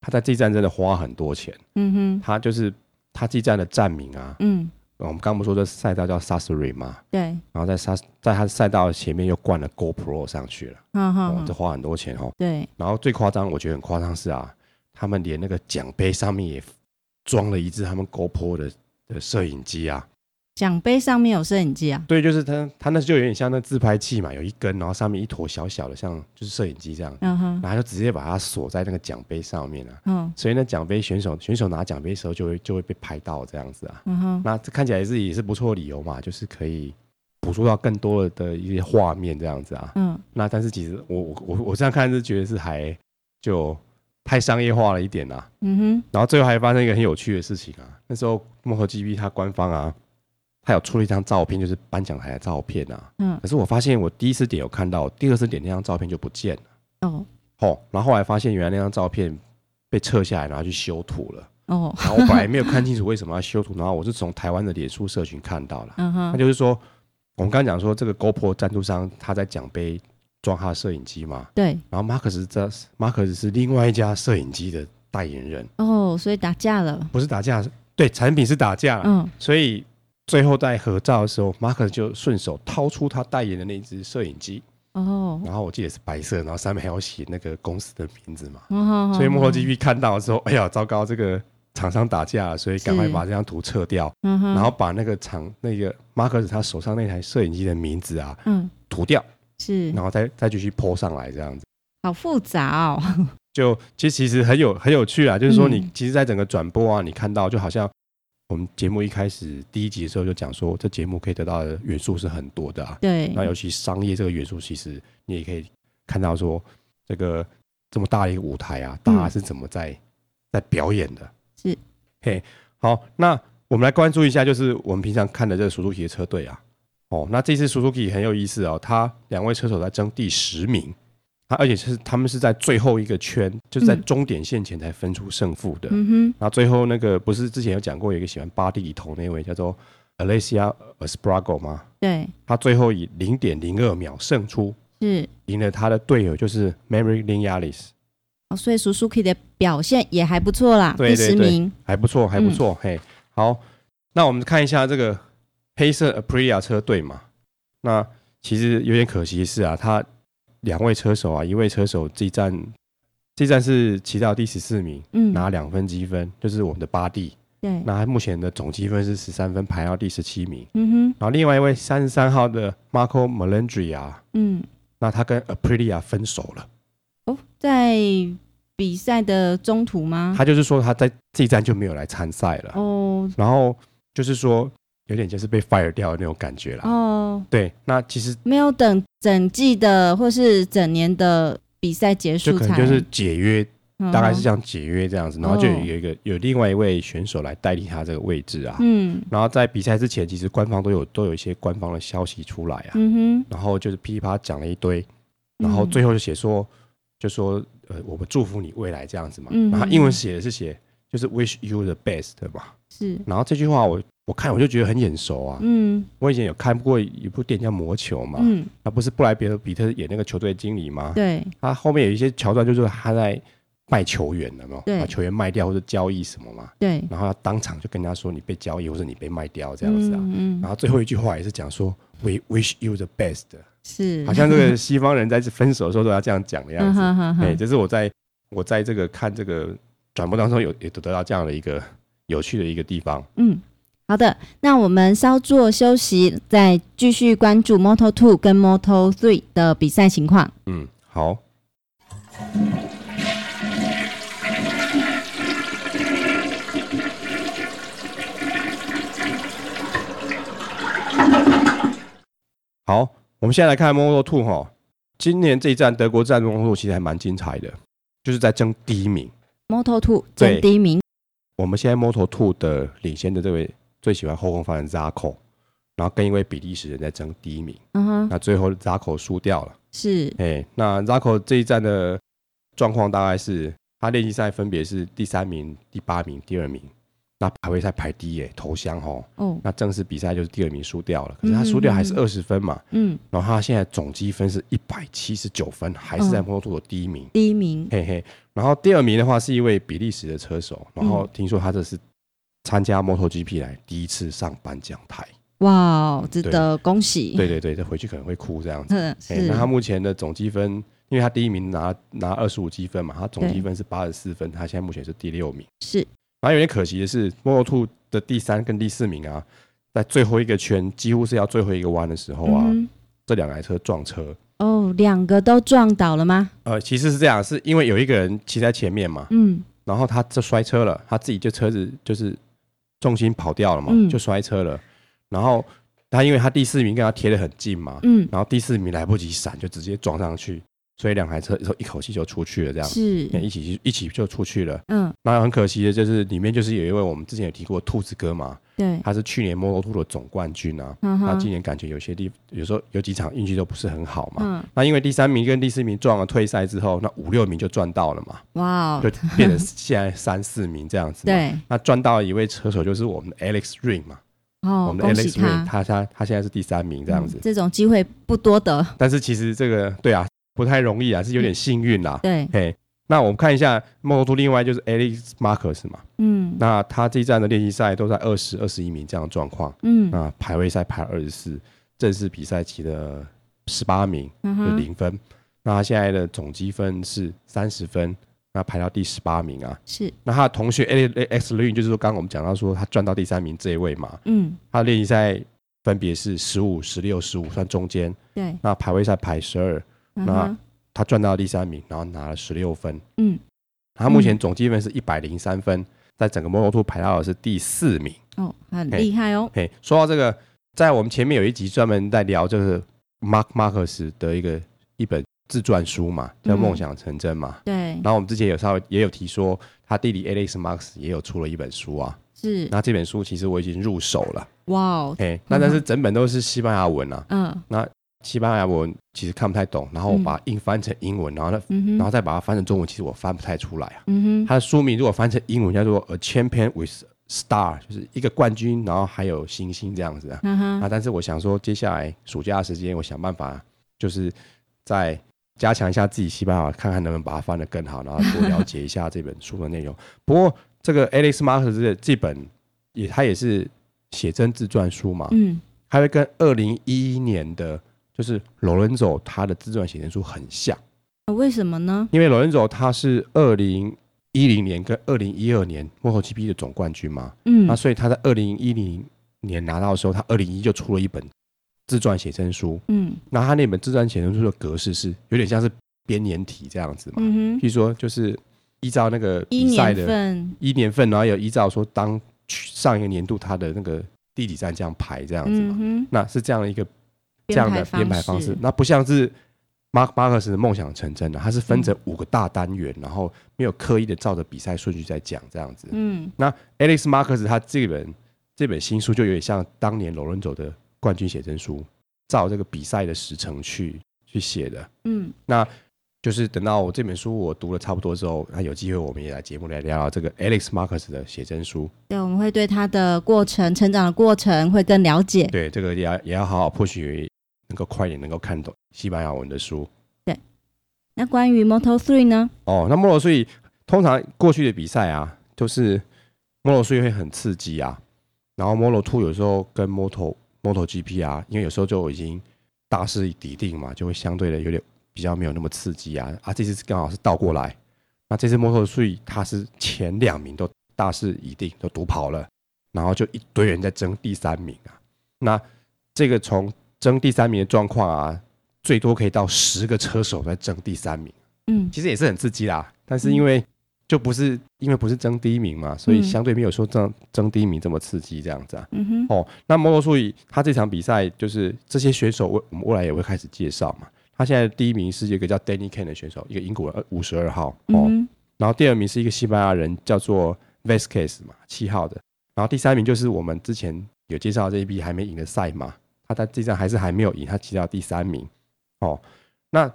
Speaker 1: 他在这一站真的花很多钱。
Speaker 2: 嗯哼，
Speaker 1: 他就是他这一站的站名啊，
Speaker 2: 嗯，
Speaker 1: 我们刚不是说这赛道叫 Sasuri 嘛，
Speaker 2: 对，
Speaker 1: 然后在沙在他赛道前面又冠了 GoPro 上去了，
Speaker 2: 嗯
Speaker 1: 哦，
Speaker 2: 哼
Speaker 1: 这，花很多钱哦。
Speaker 2: 对，
Speaker 1: 然后最夸张，我觉得很夸张是啊，他们连那个奖杯上面也装了一只他们 GoPro 的的摄影机啊，
Speaker 2: 奖杯上面有摄影机啊。
Speaker 1: 对，就是他他那就有点像那自拍器嘛，有一根，然后上面一坨小小的像就是摄影机这样，
Speaker 2: 嗯哼，
Speaker 1: 然后就直接把它锁在那个奖杯上面了、
Speaker 2: 嗯
Speaker 1: 所以呢，奖杯选手选手拿奖杯的时候就会就会被拍到这样子啊。
Speaker 2: 嗯哼，
Speaker 1: 那这看起来是也是不错的理由嘛，就是可以捕捉到更多的一些画面这样子啊。
Speaker 2: 嗯，
Speaker 1: 那但是其实我我我我这样看是觉得是还就太商业化了一点啦、
Speaker 2: 嗯哼，
Speaker 1: 然后最后还发生一个很有趣的事情啊，那时候幕后 GB 它官方啊，它有出了一张照片，就是颁奖台的照片啊。
Speaker 2: 嗯，
Speaker 1: 可是我发现我第一次点有看到，第二次点那张照片就不见了。
Speaker 2: 哦
Speaker 1: 哦，然后后来发现原来那张照片被撤下来，然后去修图了。
Speaker 2: 哦，
Speaker 1: 然后我本来没有看清楚为什么要修图，然后我是从台湾的脸书社群看到了。
Speaker 2: 嗯
Speaker 1: 那
Speaker 2: 哼，
Speaker 1: 就是说，我们刚刚讲说这个 GoPro 赞助商他在奖杯装他的摄影机嘛，
Speaker 2: 对，
Speaker 1: 然后马克思这马克思是另外一家摄影机的代言人，
Speaker 2: 哦，所以打架了。
Speaker 1: 不是打架，对，产品是打架啦，
Speaker 2: 嗯，
Speaker 1: 所以最后在合照的时候，马克思就顺手掏出他代言的那一只摄影机，
Speaker 2: 哦，
Speaker 1: 然后我记得是白色，然后上面还有写那个公司的名字嘛。
Speaker 2: 嗯哼，
Speaker 1: 所以幕后
Speaker 2: 哼
Speaker 1: GP 看到的时候，哎呀，糟糕，这个厂商打架了，所以赶快
Speaker 2: 是
Speaker 1: 把这张图撤掉，
Speaker 2: 嗯哼，
Speaker 1: 然后把那个厂那个马克思他手上那台摄影机的名字啊
Speaker 2: 嗯
Speaker 1: 涂掉，
Speaker 2: 是
Speaker 1: 然后再再继续 p 上来这样子。
Speaker 2: 好复杂哦。
Speaker 1: 就其实其实很有很有趣啊，就是说你
Speaker 2: 嗯
Speaker 1: 其实，在整个转播啊，你看到就好像我们节目一开始第一集的时候就讲说，这节目可以得到的元素是很多的啊，
Speaker 2: 对，
Speaker 1: 那尤其商业这个元素，其实你也可以看到说，这个这么大的一个舞台啊，大家是怎么在、在表演的。
Speaker 2: 嗯是，
Speaker 1: 嘿，好，那我们来关注一下，就是我们平常看的这个 Suzuki 的车队啊。哦，那这次 Suzuki 很有意思哦，他两位车手在争第十名，他而且是他们是在最后一个圈，就是在
Speaker 2: 嗯
Speaker 1: 终点线前才分出胜负的。
Speaker 2: 嗯
Speaker 1: 然后最后那个不是之前有讲过，有一个喜欢巴蒂里头那位叫做 Alessia Esprago 吗？
Speaker 2: 哼，对，
Speaker 1: 他最后以零点零二秒胜出，
Speaker 2: 是。
Speaker 1: 赢了他的队友就是 Mary Lin Yalis，
Speaker 2: 哦，所以 Suzuki 的表现也还不错啦，
Speaker 1: 对对
Speaker 2: 第十
Speaker 1: 对
Speaker 2: 名。
Speaker 1: 还不错，还不错。嘿，好，那我们看一下这个黑色 Aprilia 车队嘛。那其实有点可惜是啊，他两位车手啊，一位车手这一站这站是骑到第十四名，
Speaker 2: 嗯，
Speaker 1: 拿两分积分，就是我们的巴蒂。
Speaker 2: 对，
Speaker 1: 那他目前的总积分是十三分，排到第十七名。
Speaker 2: 嗯哼，
Speaker 1: 然后另外一位三十三号的 Marco Melendria，
Speaker 2: 嗯，
Speaker 1: 那他跟 Aprilia 分手了。
Speaker 2: 哦，在比赛的中途吗？
Speaker 1: 他就是说他在这一站就没有来参赛了，
Speaker 2: 嗯哦
Speaker 1: 然后就是说有点就是被 fire 掉的那种感觉啦。
Speaker 2: 哦，
Speaker 1: 对，那其实
Speaker 2: 没有等整季的或是整年的比赛结
Speaker 1: 就
Speaker 2: 束
Speaker 1: 可能
Speaker 2: 才，
Speaker 1: 就是解约，
Speaker 2: 嗯
Speaker 1: 大概是这样解约这样子，然后就有一个有另外一位选手来代替他这个位置啊。
Speaker 2: 嗯
Speaker 1: 然后在比赛之前，其实官方都有都有一些官方的消息出来啊，
Speaker 2: 嗯哼，嗯
Speaker 1: 然后就是噼里啪啦讲了一堆，然后最后就写说，就说呃，我们祝福你未来这样子嘛。
Speaker 2: 嗯
Speaker 1: 然后他英文写的是写就是 wish you the best 嘛。
Speaker 2: 是
Speaker 1: 然后这句话我我看我就觉得很眼熟啊，
Speaker 2: 嗯
Speaker 1: 我以前有看过一部电影叫《魔球》嘛，
Speaker 2: 嗯
Speaker 1: 那不是布莱德比特演那个球队经理吗？
Speaker 2: 对
Speaker 1: 他后面有一些桥段，就是他在卖球员的嘛，
Speaker 2: 对
Speaker 1: 把球员卖掉或者交易什么嘛，
Speaker 2: 对
Speaker 1: 然后他当场就跟他说你被交易或者你被卖掉这样子啊，
Speaker 2: 嗯
Speaker 1: 然
Speaker 2: 嗯
Speaker 1: 后最后一句话也是讲说 We wish you the best，
Speaker 2: 是
Speaker 1: 好像这个西方人在分手的时候都要这样讲的样
Speaker 2: 嗯
Speaker 1: 子。
Speaker 2: 哈哈哈
Speaker 1: 哎、这是我在我在这个看这个转播当中有也得到这样的一个有趣的一个地方。
Speaker 2: 嗯，好的，那我们稍作休息，再继续关注 Moto Two 跟 Moto Three 的比赛情况。
Speaker 1: 嗯，好。好，我们现在来看 Moto Two 哈，今年这一站德国站 Moto Two 其实还蛮精彩的，就是在争第一名。
Speaker 2: Moto Two
Speaker 1: 对
Speaker 2: 争第一名，
Speaker 1: 我们现在 Moto Two 的领先的这位最喜欢后空翻的 Zako，然后跟一位比利时人在争第一名，
Speaker 2: 嗯哼，
Speaker 1: 那最后 Zako 输掉了。
Speaker 2: 是
Speaker 1: 哎，那 Zako 这一站的状况大概是，他练习赛分别是第三名、第八名、第二名，那排位赛排第一耶，投降哦。
Speaker 2: 哦，
Speaker 1: 那正式比赛就是第二名输掉了，可是
Speaker 2: 嗯
Speaker 1: 他
Speaker 2: 嗯
Speaker 1: 输掉还
Speaker 2: 嗯
Speaker 1: 是二十分嘛，
Speaker 2: 嗯，
Speaker 1: 然后他现在总积分是一百七十九分，还是在
Speaker 2: 嗯
Speaker 1: 摩托的第一名，
Speaker 2: 第一名，
Speaker 1: 嘿嘿。然后第二名的话是一位比利时的车手，然后听说他这是参加 MotoGP 来第一次上颁奖台，
Speaker 2: 哇哦，值得恭喜。
Speaker 1: 对对对，这回去可能会哭这样子。
Speaker 2: 嗯，
Speaker 1: 哎、
Speaker 2: 是
Speaker 1: 那他目前的总积分，因为他第一名拿拿二十五积分嘛，他总积分是八十四分，他现在目前是第六名。
Speaker 2: 是，
Speaker 1: 然后有点可惜的是，Moto Two 的第三跟第四名啊，在最后一个圈几乎是要最后一个弯的时候啊，
Speaker 2: 嗯
Speaker 1: 这两台车撞车。
Speaker 2: 哼，哦，两个都撞倒了吗？
Speaker 1: 呃，其实是这样，是因为有一个人骑在前面嘛，
Speaker 2: 嗯
Speaker 1: 然后他就摔车了，他自己就车子就是重心跑掉了嘛，
Speaker 2: 嗯
Speaker 1: 就摔车了。然后他因为他第四名跟他贴得很近嘛，
Speaker 2: 嗯，
Speaker 1: 然后第四名来不及闪，就直接撞上去，所以两台车就一口气就出去了，这样
Speaker 2: 是，
Speaker 1: 一起一起就出去了。
Speaker 2: 嗯，
Speaker 1: 那很可惜的就是里面就是有一位我们之前有提过的兔子哥嘛，
Speaker 2: 对，
Speaker 1: 他是去年摩托兔的总冠军啊。
Speaker 2: 嗯
Speaker 1: 那今
Speaker 2: 哼，
Speaker 1: 年感觉有些地有时候有几场运气都不是很好嘛。
Speaker 2: 嗯，
Speaker 1: 那因为第三名跟第四名撞了退赛之后，那五六名就赚到了嘛，
Speaker 2: 哇哦
Speaker 1: 就，变成现在三四名这样子。。
Speaker 2: 对，
Speaker 1: 那赚到一位车手就是我们的 Alex Ring 嘛，我
Speaker 2: 哦，
Speaker 1: 们
Speaker 2: 恭
Speaker 1: 的
Speaker 2: 喜
Speaker 1: Alex Ring，他
Speaker 2: 他，
Speaker 1: 他他现在是第三名这样子
Speaker 2: 嗯。这种机会不多得，
Speaker 1: 但是其实这个对啊，不太容易啊，是有点幸运啦。
Speaker 2: 对，
Speaker 1: 嘿，那我们看一下 Moto 2另外就是 Alex Marcus 嘛，
Speaker 2: 嗯
Speaker 1: 那他这一站的练习赛都在二十二十一名这样的状况，
Speaker 2: 嗯，
Speaker 1: 那排位赛排二十四，正式比赛骑了十八名，
Speaker 2: 嗯
Speaker 1: 就
Speaker 2: 哼，
Speaker 1: 零分。那他现在的总积分是三十分，那排到第十八名啊。
Speaker 2: 是，
Speaker 1: 那他的同学 Alex Lin 就是说，刚刚我们讲到说他赚到第三名这一位嘛，
Speaker 2: 嗯，
Speaker 1: 他的练习赛分别是十五、十六、十五算中间，
Speaker 2: 对，
Speaker 1: 那排位赛排十二，
Speaker 2: 嗯
Speaker 1: 那
Speaker 2: 哼，
Speaker 1: 他赚到第三名，然后拿了十六分。
Speaker 2: 嗯，
Speaker 1: 他目前总积分是一百零三分，在整个 Moto 2排到的是第四名。
Speaker 2: 哦，很
Speaker 1: 嘿
Speaker 2: 厉害哦，
Speaker 1: 嘿，说到这个，在我们前面有一集专门在聊，就是 Mark Marcus 的一个一本自传书嘛，叫《
Speaker 2: 嗯
Speaker 1: 梦想成真》嘛。
Speaker 2: 对，
Speaker 1: 然后我们之前有稍微也有提说，他弟弟 Alex Marx 也有出了一本书啊。
Speaker 2: 是，
Speaker 1: 那这本书其实我已经入手了，
Speaker 2: 哇哦，
Speaker 1: 嘿，那但是整本都是西班牙文啊，
Speaker 2: 嗯
Speaker 1: 西班牙文其实看不太懂，然后我把它硬翻成英文，然后呢，
Speaker 2: 嗯
Speaker 1: 然
Speaker 2: 哼，
Speaker 1: 后再把它翻成中文，其实我翻不太出来啊。
Speaker 2: 嗯哼，
Speaker 1: 它的书名如果翻成英文叫做《A Champion with Star》，就是一个冠军，然后还有星星这样子啊。
Speaker 2: 嗯
Speaker 1: 啊，
Speaker 2: 哼，
Speaker 1: 但是我想说，接下来暑假的时间，我想办法就是再加强一下自己西班牙，看看能不能把它翻得更好，然后多了解一下这本书的 内容。不过，这个 Alex Marcus 的这本也，他也是写真自传书嘛，
Speaker 2: 嗯，
Speaker 1: 他会跟二零一一年的，就是 Lorenzo 他的自传写真书很像。
Speaker 2: 呃为什么呢？
Speaker 1: 因为 Lorenzo 他是二零一零年跟二零一二年 MotoGP 的总冠军嘛，
Speaker 2: 嗯
Speaker 1: 那所以他在二零一零年拿到的时候，他二零一就出了一本自传写真书，
Speaker 2: 嗯
Speaker 1: 那他那本自传写真书的格式是有点像是编年体这样子嘛，
Speaker 2: 嗯
Speaker 1: 譬
Speaker 2: 哼，
Speaker 1: 如说就是依照那个
Speaker 2: 一
Speaker 1: 比赛
Speaker 2: 年
Speaker 1: 的
Speaker 2: 份，
Speaker 1: 一年份，然后有依照说当上一个年度他的那个第几站这样排这样子嘛，
Speaker 2: 嗯哼，
Speaker 1: 那是这样一个这样的编排方式
Speaker 2: 式，，
Speaker 1: 那不像是马马克思的梦想成真了、啊它是分成五个大单元，然后没有刻意的照着比赛顺序在讲这样子。
Speaker 2: 嗯
Speaker 1: Alex 马克思他这本这本新书就有点像当年罗伦佐的冠军写真书，照这个比赛的时程去去写的。
Speaker 2: 嗯
Speaker 1: 就是等到我这本书我读了差不多之后，那有机会我们也来节目来聊聊这个 Alex Marcus 的写真书。
Speaker 2: 对，我们会对他的过程、成长的过程会更了解。
Speaker 1: 对，这个也要也要好好迫许能够快点能够看懂西班牙文的书。
Speaker 2: 那关于 Moto Three 呢？
Speaker 1: 哦，那摩洛所以通常过去的比赛啊，就是摩洛所以会很刺激啊，然后摩洛 Two 有时候跟 Moto Moto GP 啊，因为有时候就已经大势已定嘛，就会相对的有点比较没有那么刺激啊啊，这次刚好是倒过来，那这次 Moto Three 它是前两名都大势已定，都独跑了，然后就一堆人在争第三名啊，那这个从争第三名的状况啊，最多可以到十个车手在争第三名。
Speaker 2: 嗯
Speaker 1: 其实也是很刺激啦。但是因为就不是因为不是争第一名嘛，所以相对没有说争争第一名这么刺激这样子啊。
Speaker 2: 嗯哼，
Speaker 1: 哦，那摩托数以他这场比赛就是这些选手，我我们未来也会开始介绍嘛。他现在第一名是一个叫 Danny Kane 的选手，一个英国人，五十二号哦。
Speaker 2: 嗯
Speaker 1: 然后第二名是一个西班牙人，叫做 Vasquez 嘛，七号的。然后第三名就是我们之前有介绍的这一批还没赢的赛马，他在这站还是还没有赢，他骑到第三名。哦，那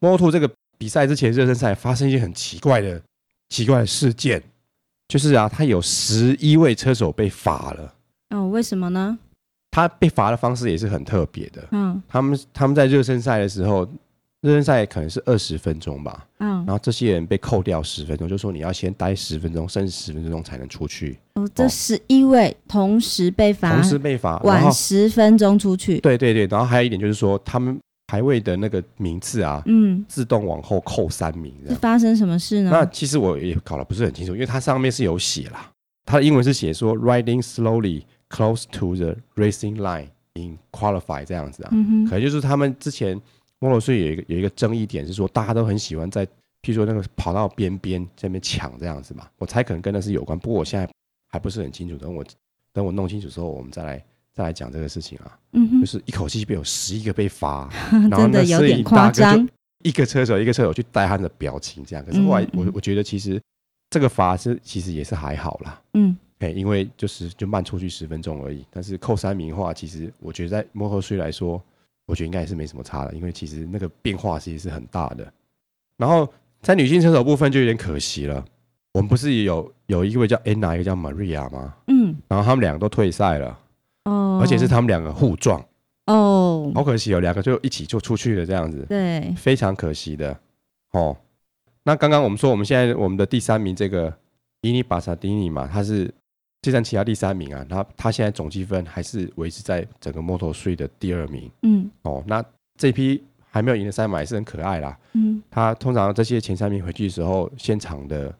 Speaker 1: Moto 这个比赛之前热身赛发生一件很奇怪的奇怪的事件，就是啊，他有十一位车手被罚了。
Speaker 2: 哼，哦，为什么呢？
Speaker 1: 他被罚的方式也是很特别的。
Speaker 2: 嗯
Speaker 1: 他们他们在热身赛的时候，热身赛可能是二十分钟吧，
Speaker 2: 嗯，
Speaker 1: 然后这些人被扣掉十分钟，就说你要先待十分钟，甚至十分钟才能出去，
Speaker 2: 哦，这
Speaker 1: 哦
Speaker 2: 十一位同时被罚
Speaker 1: 同，时被罚。然后
Speaker 2: 晚十分钟出去。
Speaker 1: 对对对，然后还有一点就是说，他们排位的那个名次啊，
Speaker 2: 嗯，
Speaker 1: 自动往后扣三名这
Speaker 2: 是
Speaker 1: 样。
Speaker 2: 发生什么事呢？
Speaker 1: 那其实我也搞得不是很清楚，因为它上面是有写啦，它的英文是写说 riding slowly close to the racing line in qualify 这样子啊，
Speaker 2: 嗯
Speaker 1: 可
Speaker 2: 哼，
Speaker 1: 能就是他们之前摩罗税有一个有一个争议点是说，大家都很喜欢在，譬如说那个跑到边边这边抢这样子嘛，我猜可能跟那是有关。不过我现在还不是很清楚，等我等我弄清楚之后，我们再来再来讲这个事情啊。
Speaker 2: 嗯哼
Speaker 1: 就，是一口气被有十一个被 罚，然后
Speaker 2: 真的
Speaker 1: 那
Speaker 2: 有
Speaker 1: 摄
Speaker 2: 点
Speaker 1: 影
Speaker 2: 夸
Speaker 1: 大哥就
Speaker 2: 张。
Speaker 1: 一个车手一个车手去带他的表情这样。可是后来
Speaker 2: 嗯嗯
Speaker 1: 我我觉得其实这个罚是其实也是还好啦。
Speaker 2: 嗯
Speaker 1: 哎，因为就是就慢出去十分钟而已，但是扣三名的话，其实我觉得在摩托税来说，我觉得应该也是没什么差的，因为其实那个变化其实是很大的。然后在女性车手部分就有点可惜了，我们不是有有一位叫 Anna，一个叫 Maria 吗？
Speaker 2: 嗯，
Speaker 1: 然后他们两个都退赛了，
Speaker 2: 哦，
Speaker 1: 而且是他们两个互撞，
Speaker 2: 哦，
Speaker 1: 好可惜哦，两个就一起就出去了这样子。
Speaker 2: 对，
Speaker 1: 非常可惜的哦。那刚刚我们说，我们现在我们的第三名这个伊尼巴萨蒂尼嘛，他是这站其他第三名啊，他他现在总积分还是维持在整个 Moto 税的第二名
Speaker 2: 嗯
Speaker 1: 哦。那这批还没有赢的赛马也是很可爱啦，
Speaker 2: 嗯
Speaker 1: 他通常这些前三名回去的时候，现场的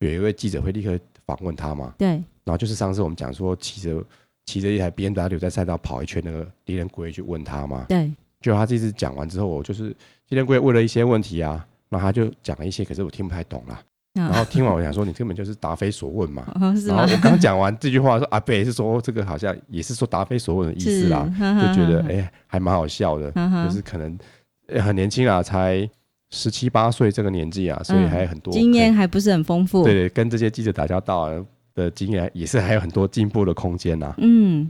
Speaker 1: 有一位记者会立刻访问他嘛，
Speaker 2: 对，
Speaker 1: 然后就是上次我们讲说骑着骑着一台 B N W 在赛道跑一圈那个敌人龟去问他嘛，
Speaker 2: 对，
Speaker 1: 就他这次讲完之后，我就是今天贵问了一些问题啊，那他就讲了一些，可是我听不太懂啦。然后听完我想说，你根本就是答非所问嘛。
Speaker 2: 啊哦嗯 是
Speaker 1: 然后
Speaker 2: 吗？
Speaker 1: 我刚讲完这句话说，阿贝是说哦这个啊好像也是说答非所问的意思啦，就
Speaker 2: 就
Speaker 1: 觉得哎、还蛮好笑的，
Speaker 2: 嗯
Speaker 1: 就是可能、呃很年轻啊，才十七八岁这个年纪啊，所以
Speaker 2: 嗯
Speaker 1: 还有很多
Speaker 2: 经验还不是很丰富。
Speaker 1: 可以，对对，跟这些记者打交道啊的经验也是还有很多进步的空间啊呐、
Speaker 2: 嗯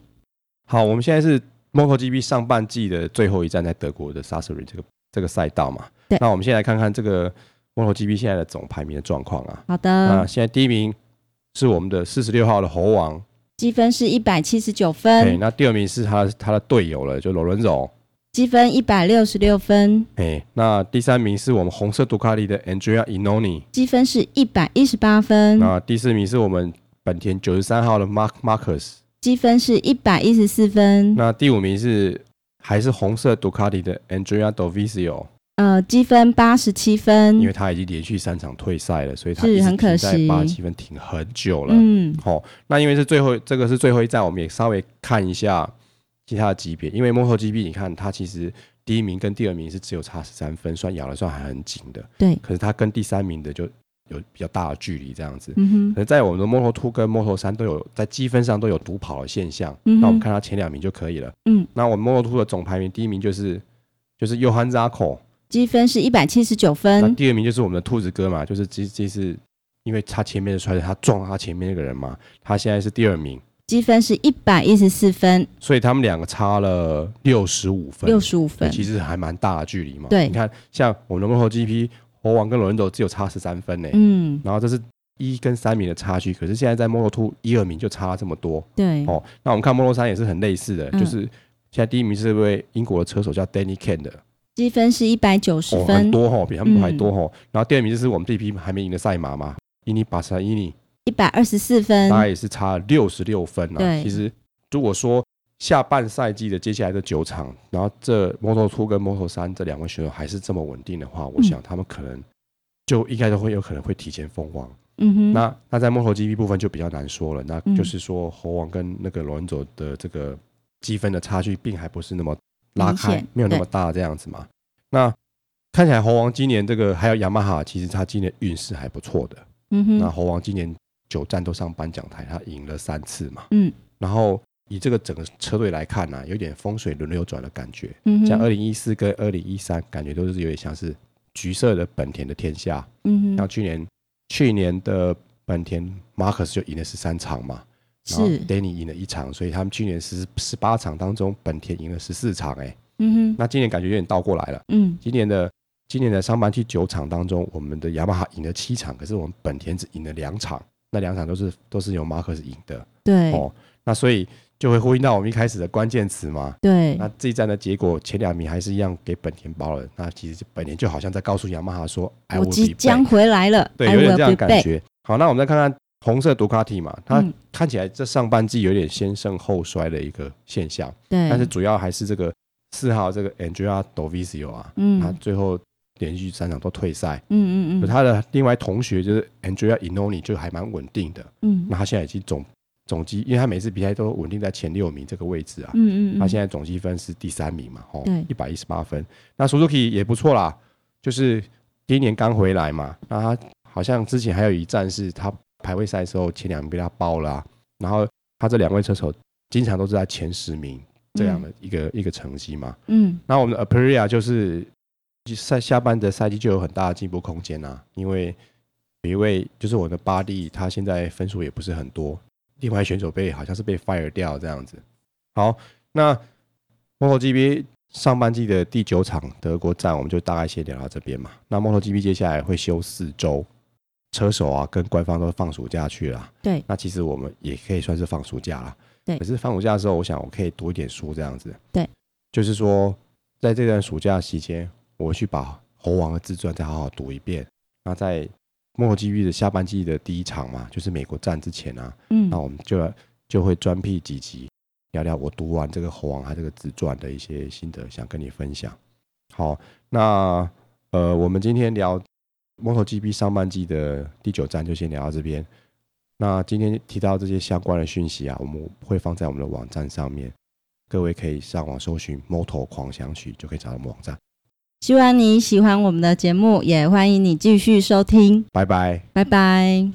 Speaker 1: 好，我们现在是 MotoGP 上半季的最后一站，在德国的 s a s u r i 这个这个赛道嘛。
Speaker 2: 对
Speaker 1: 那我们先来看看这个 MotoGP 现在的总排名的状况啊。
Speaker 2: 好
Speaker 1: 那
Speaker 2: 的，
Speaker 1: 现在第一名是我们的四十六号的猴王，
Speaker 2: 积分是一百七十九
Speaker 1: 哎、
Speaker 2: 分，
Speaker 1: 那第二名是他他的队友了，就罗伦佐。
Speaker 2: 积分一百六十六分，
Speaker 1: 哎、那第三名是我们红色杜卡迪的 Andrea Inoni，、
Speaker 2: 积分是一百一十八分，
Speaker 1: 那第四名是我们本田九十三号的 Mark Marcus，
Speaker 2: 积分是一百一十四分，
Speaker 1: 那第五名是还是红色杜卡迪的 Andrea Dovizio，
Speaker 2: 呃积分八十七分
Speaker 1: 因，为他已经连续三场退赛了，所以他
Speaker 2: 嗯是
Speaker 1: 一直
Speaker 2: 很可惜
Speaker 1: 停在八七分停很久了。
Speaker 2: 嗯
Speaker 1: 好、那因为是最后这个是最后一站，我们也稍微看一下其他的级别，因为 MotoGP 你看它其实第一名跟第二名是只有差十三分，算咬了算还很紧的，
Speaker 2: 对，
Speaker 1: 可是它跟第三名的就有比较大的距离这样子。
Speaker 2: 嗯
Speaker 1: 可能在我们的 Moto Two 跟 Moto 三都有在积分上都有独跑的现象，
Speaker 2: 嗯哼
Speaker 1: 那我们看它前两名就可以了。
Speaker 2: 嗯，
Speaker 1: 那我们 Moto Two 的总排名第一名就是就是 Johan Zarco，、
Speaker 2: 哼，积分是一百七十九
Speaker 1: 那
Speaker 2: 分，
Speaker 1: 第二名就是我们的兔子哥嘛，就是这这是因为他前面的摔他撞到他前面那个人嘛，他现在是第二名。
Speaker 2: 积分是一百一十四分，
Speaker 1: 所以他们两个差了六十五分，
Speaker 2: 六十五
Speaker 1: 对
Speaker 2: 分，
Speaker 1: 其实还蛮大的距离嘛。
Speaker 2: 对
Speaker 1: 你看，像我们的 MotoGP，猴王跟罗恩斗只有差十三分呢、
Speaker 2: 嗯，
Speaker 1: 然后这是一跟三名的差距，可是现在在 Moto Two 一二名就差这么多
Speaker 2: 对，
Speaker 1: 哦。那我们看 Moto 三也是很类似的，
Speaker 2: 嗯
Speaker 1: 就是现在第一名是一位英国的车手叫 Danny k a n 的，
Speaker 2: 积分是一百九十
Speaker 1: 哦，很
Speaker 2: 分，
Speaker 1: 多哦，比他们还
Speaker 2: 嗯
Speaker 1: 多哦。然后第二名就是我们这批还没赢的赛马嘛，伊尼巴萨伊尼，
Speaker 2: 一百二十四分，
Speaker 1: 大概也是差六十六分啊。
Speaker 2: 嗯对
Speaker 1: 其实如果说下半赛季的接下来的九场，然后这 Moto Two 跟 Moto 三这两位选手还是这么稳定的话，
Speaker 2: 嗯
Speaker 1: 我想他们可能就应该都会有可能会提前封王。
Speaker 2: 嗯哼，
Speaker 1: 那那在 Moto GP 部分就比较难说了，那
Speaker 2: 嗯
Speaker 1: 就是说猴王跟那个罗恩佐的这个积分的差距并还不是那么拉
Speaker 2: 明
Speaker 1: 开
Speaker 2: 显，
Speaker 1: 没有那么大这样子嘛。那看起来猴王今年这个还有雅马哈，其实他今年运势还不错的。
Speaker 2: 嗯
Speaker 1: 那
Speaker 2: 哼，
Speaker 1: 猴王今年九站都上颁奖台，他赢了三次嘛。
Speaker 2: 嗯
Speaker 1: 然后以这个整个车队来看呢、啊有点风水轮流转的感觉。
Speaker 2: 嗯
Speaker 1: 像二
Speaker 2: 哼，
Speaker 1: 零一四跟二零一三，感觉都是有点像是橘色的本田的天下。
Speaker 2: 嗯
Speaker 1: 像
Speaker 2: 哼，
Speaker 1: 去年去年的本田马克思就赢了十三场嘛，然后
Speaker 2: 是，
Speaker 1: Danny 赢了一场，所以他们去年十十八场当中，本田赢了十四场、欸。哎，
Speaker 2: 嗯哼，
Speaker 1: 那今年感觉有点倒过来了。
Speaker 2: 嗯
Speaker 1: 今年的今年的上半期九场当中，我们的雅马哈赢了七场，可是我们本田只赢了两场，那两场都是都是由马克斯赢的
Speaker 2: 对
Speaker 1: 哦。那所以就会呼应到我们一开始的关键词嘛。
Speaker 2: 对，
Speaker 1: 那这一站的结果，前两名还是一样给本田包了。那其实本田就好像在告诉雅马哈说，I
Speaker 2: 我
Speaker 1: will
Speaker 2: 即
Speaker 1: be
Speaker 2: 将
Speaker 1: back，
Speaker 2: 回来了
Speaker 1: 对，
Speaker 2: ，I
Speaker 1: 有点
Speaker 2: will
Speaker 1: 这样
Speaker 2: be
Speaker 1: 感
Speaker 2: back，
Speaker 1: 觉。好，那我们再看看红色杜卡迪嘛，它
Speaker 2: 嗯，
Speaker 1: 看起来这上半季有点先胜后衰的一个现象，
Speaker 2: 对，
Speaker 1: 但是主要还是这个四号这个 Andrea Dovizio 啊，
Speaker 2: 嗯
Speaker 1: 他最后连续三场都退赛。
Speaker 2: 嗯嗯
Speaker 1: 可
Speaker 2: 嗯
Speaker 1: 他的另外同学就是 Andrea Inoni 就还蛮稳定的，
Speaker 2: 嗯
Speaker 1: 那他现在已经总总积，因为他每次比赛都稳定在前六名这个位置啊，
Speaker 2: 嗯嗯，
Speaker 1: 他现
Speaker 2: 在
Speaker 1: 在总积分是第三名嘛，哦
Speaker 2: 对，
Speaker 1: 一百一十八分。那 Suzuki 也不错啦，就是第一年刚回来嘛，那他好像之前还有一站是他排位赛的时候前两名被他包了啊、然后他这两位车手经常都是在前十名这样的一个、一个成绩嘛，
Speaker 2: 嗯
Speaker 1: 那我们的 Aprilia 就是赛下半的赛季就有很大的进步空间啊，因为有一位就是我的巴蒂，他现在分数也不是很多，另外选手被好像是被 fire 掉这样子。好，那 MotoGP 上半季的第九场德国站，我们就大概先聊到这边嘛。那 MotoGP 接下来会休四周，车手啊跟官方都放暑假去了。
Speaker 2: 对，
Speaker 1: 那其实我们也可以算是放暑假啦。
Speaker 2: 对
Speaker 1: 可是放暑假的时候，我想我可以读一点书这样子。
Speaker 2: 对，
Speaker 1: 就是说在这段暑假期间，我去把猴王的自传再好好读一遍。那在莫基玉的下半季的第一场嘛，就是美国站之前啊，
Speaker 2: 嗯
Speaker 1: 那我们就来就会专辟几集聊聊我读完这个猴王他这个自传的一些心得，想跟你分享。好，那呃，我们今天聊 MotoGP 上半季的第九站就先聊到这边。那今天提到这些相关的讯息啊，我们会放在我们的网站上面，各位可以上网搜寻 “Moto 狂想曲”就可以找到我们网站。
Speaker 2: 希望你喜欢我们的节目，也欢迎你继续收听，
Speaker 1: 拜拜。
Speaker 2: 拜拜。